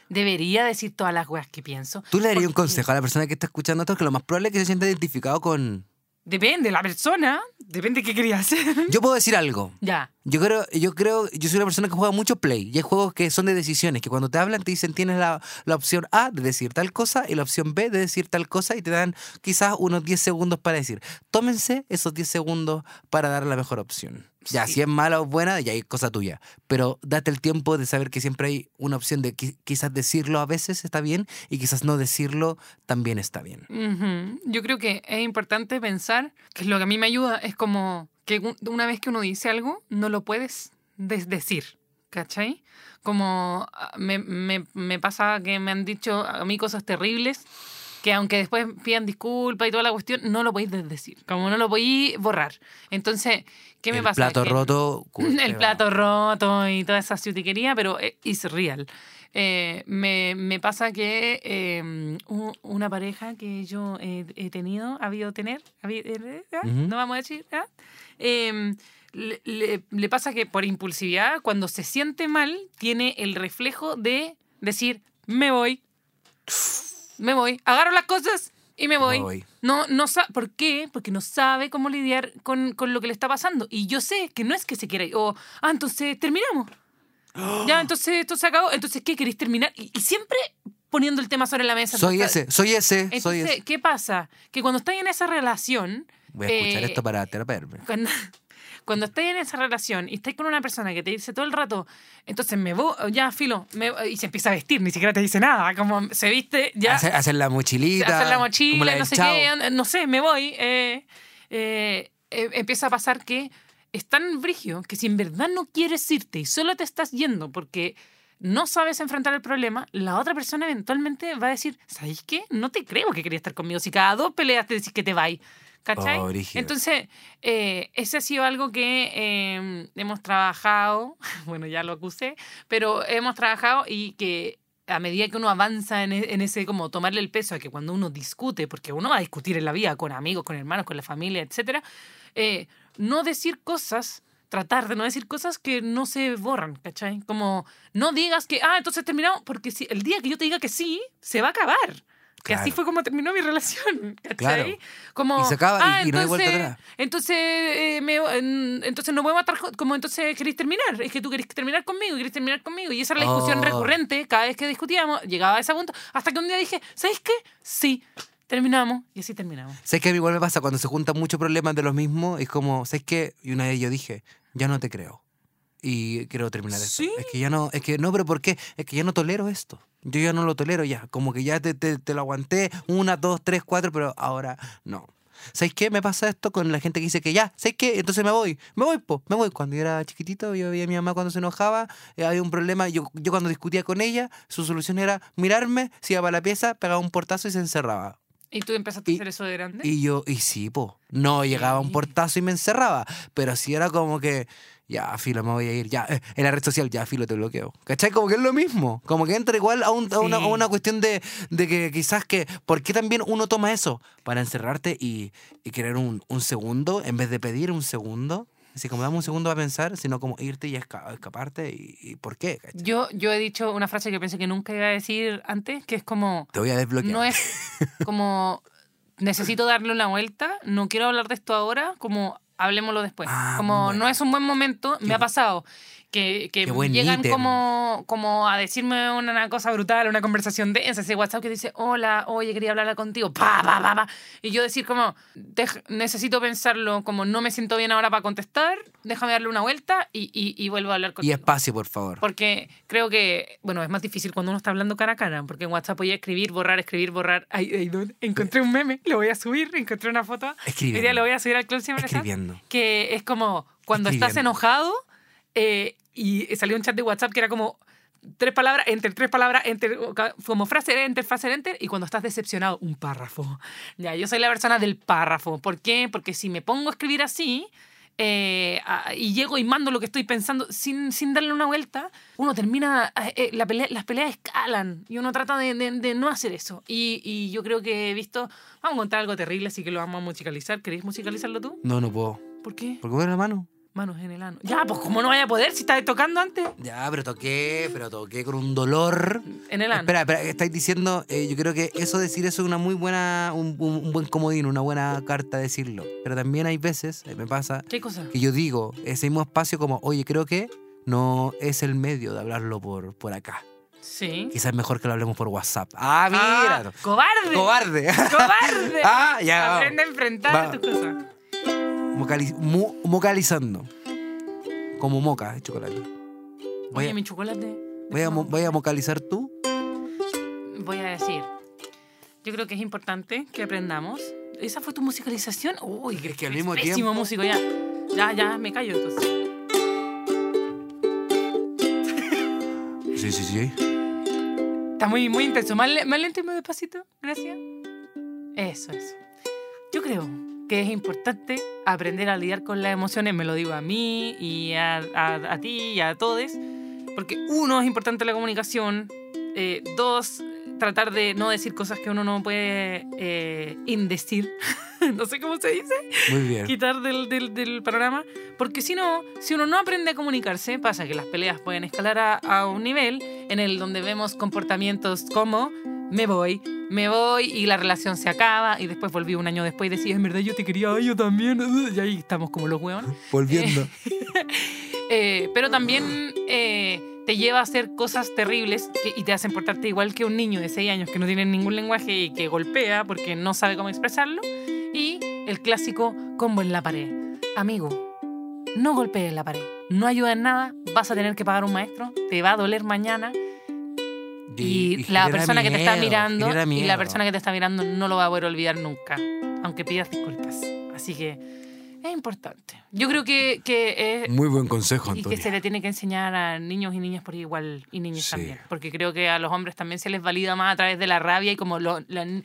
Speaker 1: Debería decir todas las weas que pienso.
Speaker 2: ¿Tú le darías un
Speaker 1: Porque-
Speaker 2: consejo a la persona que está escuchando esto? Que lo más probable es que se sienta identificado con...
Speaker 1: Depende, la persona. Depende qué quería hacer.
Speaker 2: Yo puedo decir algo.
Speaker 1: ya.
Speaker 2: Yo creo, yo creo, yo soy una persona que juega mucho play y hay juegos que son de decisiones, que cuando te hablan te dicen tienes la, la opción A de decir tal cosa y la opción B de decir tal cosa y te dan quizás unos 10 segundos para decir. Tómense esos 10 segundos para dar la mejor opción. Ya,
Speaker 1: Sí.
Speaker 2: si es mala o buena, ya es cosa tuya. Pero date el tiempo de saber que siempre hay una opción de qui- quizás decirlo a veces está bien y quizás no decirlo también está bien.
Speaker 1: Ujú. Yo creo que es importante pensar que lo que a mí me ayuda es como que un- una vez que uno dice algo, no lo puedes desdecir, ¿cachai? Como ah, me, me- me pasa que me han dicho a mí cosas terribles que aunque después pidan disculpas y toda la cuestión, no lo podéis desdecir, como no lo podéis borrar. Entonces, ¿qué me
Speaker 2: el
Speaker 1: pasa?
Speaker 2: plato
Speaker 1: Que-
Speaker 2: roto. cu- te
Speaker 1: el
Speaker 2: va.
Speaker 1: plato roto y toda esa ciutiquería, pero eh, it's real. Eh, me, me pasa que eh, u- una pareja que yo he, he tenido, ha habido tener, ha habido- eh, eh,
Speaker 2: Ujú.
Speaker 1: no vamos a decir, ah, eh, le, le- le pasa que por impulsividad, cuando se siente mal, tiene el reflejo de decir, me voy, me voy, agarro las cosas y me voy.
Speaker 2: Me voy.
Speaker 1: No, no sa- ¿Por qué? Porque no sabe cómo lidiar con, con lo que le está pasando. Y yo sé que no es que se quiera ir. O, ah, entonces terminamos. Ya, entonces esto se acabó. Entonces, ¿qué queréis terminar? Y, y siempre poniendo el tema sobre la mesa.
Speaker 2: Soy
Speaker 1: Entonces,
Speaker 2: ese, soy ese, soy
Speaker 1: Entonces,
Speaker 2: ese.
Speaker 1: ¿qué pasa? Que cuando estáis en esa relación,
Speaker 2: Voy a escuchar
Speaker 1: eh,
Speaker 2: esto para terapearme.
Speaker 1: cuando, cuando estáis en esa relación y estáis con una persona que te dice todo el rato, entonces me voy, ya, filo, me- y se empieza a vestir, ni siquiera te dice nada, como se viste, ya.
Speaker 2: Hacer, hacer la mochilita.
Speaker 1: hacer la
Speaker 2: como
Speaker 1: mochila,
Speaker 2: la del
Speaker 1: no sé
Speaker 2: chavo.
Speaker 1: qué, and- no sé, me voy. eh, eh, eh, empieza a pasar que es tan brigio que si en verdad no quieres irte y solo te estás yendo porque no sabes enfrentar el problema, la otra persona eventualmente va a decir, ¿sabéis qué? No te creo que querías estar conmigo. Si cada dos peleas te decís que te vais. ¿Cachai?
Speaker 2: Oh, brígido.
Speaker 1: Entonces, eh, ese ha sido algo que eh, hemos trabajado, bueno, ya lo acusé, pero hemos trabajado y que a medida que uno avanza en, e- en ese como tomarle el peso a que cuando uno discute, porque uno va a discutir en la vida con amigos, con hermanos, con la familia, etcétera, eh, no decir cosas, tratar de no decir cosas que no se borran, ¿cachai? Como no digas que, ah, entonces terminamos, porque si el día que yo te diga que sí, se va a acabar. Que así
Speaker 2: Claro.
Speaker 1: fue como terminó mi relación, ¿cachai?
Speaker 2: Claro.
Speaker 1: Como,
Speaker 2: Y se acaba
Speaker 1: "Ah,
Speaker 2: y- y no hay vuelta
Speaker 1: entonces-
Speaker 2: atrás".
Speaker 1: Entonces, eh, me- en- entonces no podemos estar jo- como entonces queréis terminar. Es que tú querés terminar conmigo, querés terminar conmigo. Y esa era la discusión
Speaker 2: Oh.
Speaker 1: recurrente cada vez que discutíamos. Llegaba a ese punto hasta que un día dije, ¿sabes qué? Sí, terminamos. Y así terminamos.
Speaker 2: ¿Sabes qué? A mí igual me pasa cuando se juntan muchos problemas de los mismos. Es como, ¿sabes qué? Y una vez yo dije, ya no te creo. Y quiero terminar esto.
Speaker 1: Sí.
Speaker 2: Es que ya no, es que no, pero ¿por qué? Es que ya no tolero esto. Yo ya no lo tolero ya. Como que ya te, te- te lo aguanté una, dos, tres, cuatro, pero ahora no. ¿Sabes qué? Me pasa esto con la gente que dice que ya, ¿sabes qué? Entonces me voy, me voy, po, me voy. Cuando yo era chiquitito, yo veía a mi mamá cuando se enojaba, eh, había un problema, yo, yo cuando discutía con ella, su solución era mirarme, se iba a la pieza, pegaba un portazo y se encerraba.
Speaker 1: Y tú empezaste
Speaker 2: Y-
Speaker 1: a hacer eso de grande.
Speaker 2: Y yo, y sí, po. No, llegaba un
Speaker 1: Sí.
Speaker 2: portazo y me encerraba. Pero si era como que, ya, filo, me voy a ir, ya. eh, en la red social, ya, filo, te bloqueo. ¿Cachai? Como que es lo mismo. Como que entra igual a, un- a una, a
Speaker 1: Sí.
Speaker 2: una cuestión de, de que quizás que. ¿Por qué también uno toma eso? Para encerrarte y, y querer un, un segundo, en vez de pedir un segundo. Así como dame un segundo a pensar, sino como irte y esca- escaparte. Y, y por qué? ¿cachai?
Speaker 1: yo, yo he dicho una frase que pensé que nunca iba a decir antes, que es como,
Speaker 2: Te voy a desbloquear.
Speaker 1: no es como necesito darle una vuelta, no quiero hablar de esto ahora, como hablemoslo después.
Speaker 2: Ah,
Speaker 1: como
Speaker 2: bueno.
Speaker 1: no es un buen momento, me
Speaker 2: Qué
Speaker 1: ha pasado que, que
Speaker 2: qué buen
Speaker 1: llegan
Speaker 2: ítem.
Speaker 1: como, como a decirme una, una cosa brutal, una conversación densa, ese WhatsApp que dice, hola, oye, quería hablar contigo, pa, pa, pa, pa. Y yo decir como, "Dej- necesito pensarlo, como no me siento bien ahora para contestar, déjame darle una vuelta y, y- y vuelvo a hablar
Speaker 2: Y
Speaker 1: contigo.
Speaker 2: espacio, por favor.
Speaker 1: Porque creo que, bueno, es más difícil cuando uno está hablando cara a cara, porque en WhatsApp voy a escribir, borrar, escribir, borrar. Ay, ay, no, encontré un meme, lo voy a subir, encontré una foto. Hoy día lo
Speaker 2: Escribiendo.
Speaker 1: voy a subir al Club Siempre Está,
Speaker 2: Escribiendo.
Speaker 1: Que es como cuando estás
Speaker 2: Escribiendo.
Speaker 1: enojado eh, y salió un chat de WhatsApp que era como tres palabras, enter, tres palabras, enter, como frase, enter, frase, enter, y cuando estás decepcionado, un párrafo. Ya, yo soy la persona del párrafo. ¿Por qué? Porque si me pongo a escribir así, eh, a- y llego y mando lo que estoy pensando sin, sin darle una vuelta, uno termina, eh, eh, la pelea- las peleas escalan y uno trata de, de- de no hacer eso. Y, y yo creo que he visto, vamos a contar algo terrible, así que lo vamos a musicalizar. ¿Queréis musicalizarlo tú?
Speaker 2: No, no puedo.
Speaker 1: ¿Por qué?
Speaker 2: ¿Por qué me duele la mano?
Speaker 1: Manos en el ano. Ya, pues como no vaya a poder si estabas tocando antes.
Speaker 2: Ya, pero toqué, pero toqué con un dolor.
Speaker 1: En el ano.
Speaker 2: Espera, espera, que estáis diciendo, eh, yo creo que eso decir eso es una muy buena, un, un- un buen comodín, una buena carta decirlo. Pero también hay veces, eh, me pasa,
Speaker 1: ¿Qué cosa?
Speaker 2: que yo digo ese mismo espacio como, oye, creo que no es el medio de hablarlo por, por acá.
Speaker 1: Sí.
Speaker 2: Quizás es mejor que lo hablemos por WhatsApp. Ah, mira.
Speaker 1: Ah, ¡Cobarde!
Speaker 2: cobarde.
Speaker 1: ¡Cobarde!
Speaker 2: ah, ya.
Speaker 1: Aprende a enfrentar
Speaker 2: Va.
Speaker 1: tus cosas.
Speaker 2: Vocali- mu- vocalizando. Como moca de chocolate. Voy
Speaker 1: Oye,
Speaker 2: a,
Speaker 1: mi chocolate.
Speaker 2: voy a mo- voy a vocalizar tú.
Speaker 1: voy a decir, yo creo que es importante que aprendamos. ¿Esa fue tu musicalización? Uy,
Speaker 2: Es que
Speaker 1: eres
Speaker 2: al mismo
Speaker 1: pésimo
Speaker 2: tiempo-
Speaker 1: músico, ya. Ya, ya, me callo entonces.
Speaker 2: Sí, sí, sí.
Speaker 1: Está muy, muy intenso. Más, le- más lento y más despacito. Gracias. Eso, eso. Yo creo que es importante aprender a lidiar con las emociones. Me lo digo a mí y a, a- a ti y a todos. Porque uno, es importante la comunicación. Eh, dos, tratar de no decir cosas que uno no puede eh, indecir. no sé cómo se dice.
Speaker 2: Muy bien.
Speaker 1: quitar del, del, del panorama, porque si no, si uno no aprende a comunicarse, pasa que las peleas pueden escalar a, a un nivel en el donde vemos comportamientos como me voy, me voy y la relación se acaba y después volví un año después y decís, en verdad yo te quería, ay, yo también, y ahí estamos como los huevones.
Speaker 2: Volviendo.
Speaker 1: Eh, pero también eh, te lleva a hacer cosas terribles que- y te hace portarte igual que un niño de 6 años que no tiene ningún lenguaje y que golpea porque no sabe cómo expresarlo. Y el clásico combo en la pared. Amigo, no golpees la pared. No ayuda en nada. Vas a tener que pagar un maestro. Te va a doler mañana. eh, Y, la
Speaker 2: genera
Speaker 1: persona que te está
Speaker 2: miedo,
Speaker 1: mirando
Speaker 2: genera
Speaker 1: y la
Speaker 2: miedo.
Speaker 1: persona que te está mirando no lo va a poder olvidar nunca, aunque pidas disculpas. Así que es importante. Yo creo que, que es,
Speaker 2: Muy buen consejo,
Speaker 1: y
Speaker 2: Antonio.
Speaker 1: que se le tiene que enseñar a niños y niñas por igual, y niñas
Speaker 2: Sí.
Speaker 1: también. Porque creo que a los hombres también se les valida más a través de la rabia y como lo, la-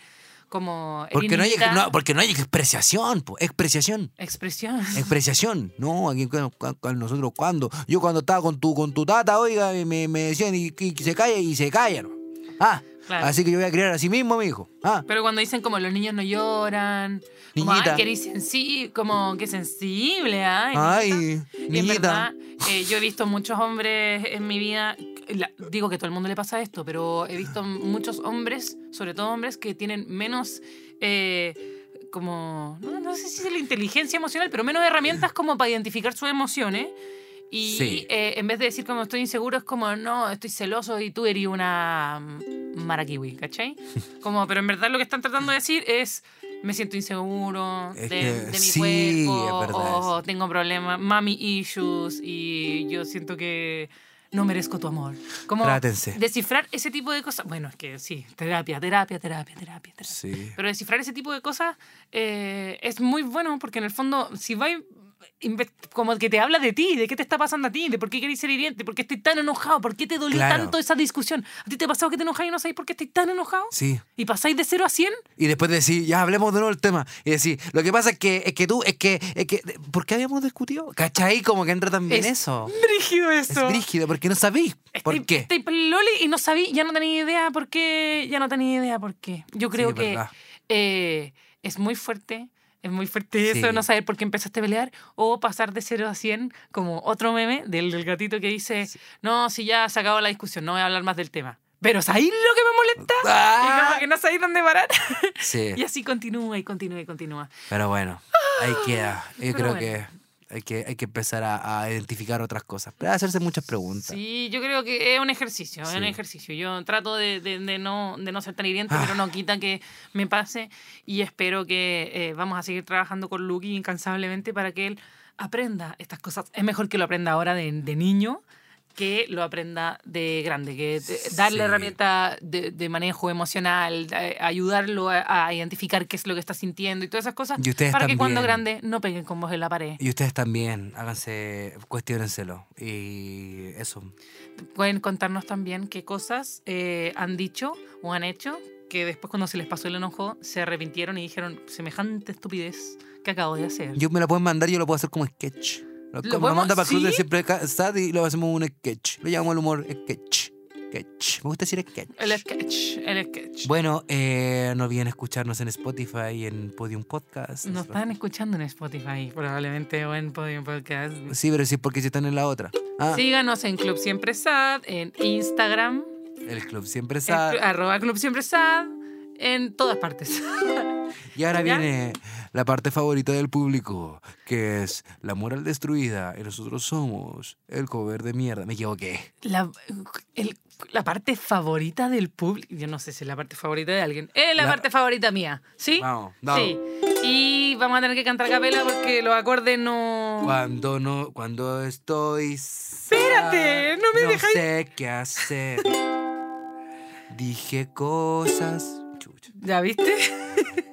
Speaker 1: como
Speaker 2: Porque no, hay,
Speaker 1: herinita,
Speaker 2: no, porque no hay expreciación, po. expreciación.
Speaker 1: expresión.
Speaker 2: Expresiación. No, aquí cu- cu- cu- nosotros cuando. Yo cuando estaba con tu, con tu tata, oiga, me, me decían y, y se calla y se callaron. Ah,
Speaker 1: Claro.
Speaker 2: así que yo voy a criar a sí mismo, mi hijo. Ah,
Speaker 1: Pero cuando dicen como los niños no lloran, como ay,
Speaker 2: Niñita.
Speaker 1: que eres sensi- como que sensible, ¿ah? ay, niñita".
Speaker 2: ay,
Speaker 1: Y en verdad,
Speaker 2: niñita.
Speaker 1: eh, yo he visto muchos hombres en mi vida, la- digo que a todo el mundo le pasa esto, pero he visto muchos hombres, sobre todo hombres que tienen menos, eh, como, no, no sé si es la inteligencia emocional, pero menos herramientas como para identificar sus emociones. Y
Speaker 2: Sí.
Speaker 1: eh, en vez de decir como estoy inseguro, es como, no, estoy celoso y tú eres una marakiwi, ¿cachai? Como, pero en verdad lo que están tratando de decir es, me siento inseguro de,
Speaker 2: Es que
Speaker 1: de mi
Speaker 2: sí,
Speaker 1: cuerpo,
Speaker 2: es verdad
Speaker 1: o tengo problemas, mami issues, y yo siento que no merezco tu amor. Como
Speaker 2: Trátense.
Speaker 1: descifrar ese tipo de cosas, bueno, es que sí, terapia, terapia, terapia, terapia, terapia.
Speaker 2: Sí.
Speaker 1: Pero descifrar ese tipo de cosas eh, es muy bueno porque en el fondo, si va in- inve- como que te habla de ti, de qué te está pasando a ti, de por qué querés ser hiriente, por qué estás tan enojado, por qué te dolió
Speaker 2: Claro.
Speaker 1: tanto esa discusión. ¿A ti te ha pasado que te enojáis y no sabéis por qué estáis tan enojado?
Speaker 2: Sí.
Speaker 1: ¿Y pasáis de 0 a 100?
Speaker 2: Y después decir, ya hablemos de nuevo el tema. Y decir, lo que pasa es que, es que tú, es que, es que, ¿por qué habíamos discutido? ¿Cachai? Como que entra también
Speaker 1: Es
Speaker 2: eso.
Speaker 1: Brígido eso.
Speaker 2: Es brígido, porque no sabéis. ¿Por
Speaker 1: Estoy-
Speaker 2: qué?
Speaker 1: estoy pa'l Loli y no sabía, ya no tenía idea por qué, ya no tenía idea por qué. Yo creo
Speaker 2: es
Speaker 1: que
Speaker 2: verdad.
Speaker 1: eh, es muy fuerte, es muy fuerte eso,
Speaker 2: Sí.
Speaker 1: no saber por qué empezaste a pelear o pasar de 0 a 100 como otro meme del, del gatito que dice, no, si ya se acabó la discusión, no voy a hablar más del tema. Pero ¿sabéis lo que me molesta? Y
Speaker 2: Ah,
Speaker 1: como que no sabéis dónde parar.
Speaker 2: Sí.
Speaker 1: Y así continúa y continúa y continúa.
Speaker 2: Pero bueno, ahí queda.
Speaker 1: Ah,
Speaker 2: Yo
Speaker 1: Pero
Speaker 2: creo
Speaker 1: bueno.
Speaker 2: que, hay que hay que empezar a, a identificar otras cosas. Pero hacerse muchas preguntas.
Speaker 1: Sí, yo creo que es un ejercicio, es un
Speaker 2: Sí.
Speaker 1: ejercicio. Yo trato de, de- de no, de no ser tan hiriente,
Speaker 2: Ah.
Speaker 1: pero no quita que me pase y espero que eh, vamos a seguir trabajando con Luki incansablemente para que él aprenda estas cosas. Es mejor que lo aprenda ahora de, de niño que lo aprenda de grande, que te- darle
Speaker 2: Sí.
Speaker 1: herramientas de, de manejo emocional, eh, ayudarlo a, a identificar qué es lo que está sintiendo y todas esas cosas,
Speaker 2: Y ustedes
Speaker 1: para que cuando
Speaker 2: también.
Speaker 1: grande no peguen con vos en la pared.
Speaker 2: Y ustedes también, háganse, cuestionenselo. Y eso.
Speaker 1: pueden contarnos también qué cosas eh, han dicho o han hecho que después cuando se les pasó el enojo se arrepintieron y dijeron semejante estupidez que acabo de hacer.
Speaker 2: Yo me la pueden mandar, yo lo puedo hacer como sketch. Lo, como lo
Speaker 1: podemos-
Speaker 2: manda para Cruz de
Speaker 1: sí?
Speaker 2: siempre Ca- Sad y lo hacemos un sketch. Lo llamamos el humor sketch. Sketch. Me gusta decir sketch.
Speaker 1: El sketch, el sketch.
Speaker 2: Bueno, eh, no olviden escucharnos en Spotify y en Podium Podcast.
Speaker 1: Nos están escuchando en Spotify, probablemente, o en Podium Podcast.
Speaker 2: Sí, pero sí, porque si están en la otra. Ah,
Speaker 1: Síganos en Club Siempre Sad, en Instagram,
Speaker 2: el club siempre
Speaker 1: en
Speaker 2: sad.
Speaker 1: cl- arroba Club Siempre Sad, en todas partes.
Speaker 2: Y ahora
Speaker 1: ¿Ya?
Speaker 2: viene la parte favorita del público, que es la moral destruida. Y nosotros somos el cover de mierda. Me equivoqué.
Speaker 1: La, el- la parte favorita del público, yo no sé si es la parte favorita de alguien, es la,
Speaker 2: La-
Speaker 1: parte favorita mía, ¿sí?
Speaker 2: Vamos, vamos.
Speaker 1: Sí. Y vamos a tener que cantar a capela porque los acordes no.
Speaker 2: Cuando no, cuando estoy.
Speaker 1: Espérate, no me dejáis-
Speaker 2: No sé qué hacer. Dije cosas chucha,
Speaker 1: ¿Ya viste?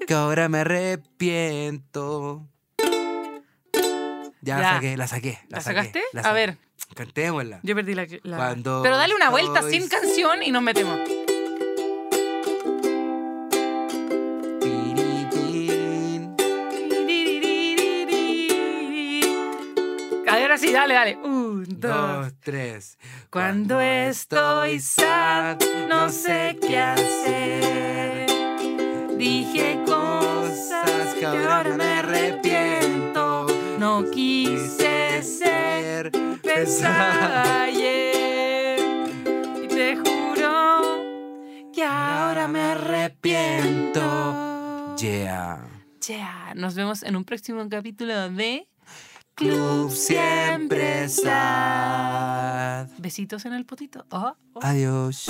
Speaker 2: que ahora me arrepiento. Ya,
Speaker 1: Ya.
Speaker 2: la saqué, la saqué.
Speaker 1: ¿La,
Speaker 2: ¿La, saqué,
Speaker 1: sacaste?
Speaker 2: la
Speaker 1: a
Speaker 2: saqué.
Speaker 1: ver,
Speaker 2: Cantémosla.
Speaker 1: yo perdí la. la-
Speaker 2: Cuando
Speaker 1: Pero dale una vuelta
Speaker 2: estoy-
Speaker 1: sin canción y nos metemos.
Speaker 2: Piripirín.
Speaker 1: A ver, ahora sí, dale, dale. Un, dos.
Speaker 2: Dos, tres.
Speaker 1: Cuando estoy sad, no sé qué hacer. Dije cosas que ahora me arrepiento. No quise ser pensada ayer. Y te juro que ahora me arrepiento.
Speaker 2: Yeah.
Speaker 1: Yeah. Nos vemos en un próximo capítulo de
Speaker 2: Club siempre sad.
Speaker 1: Besitos en el potito. Oh, oh.
Speaker 2: Adiós.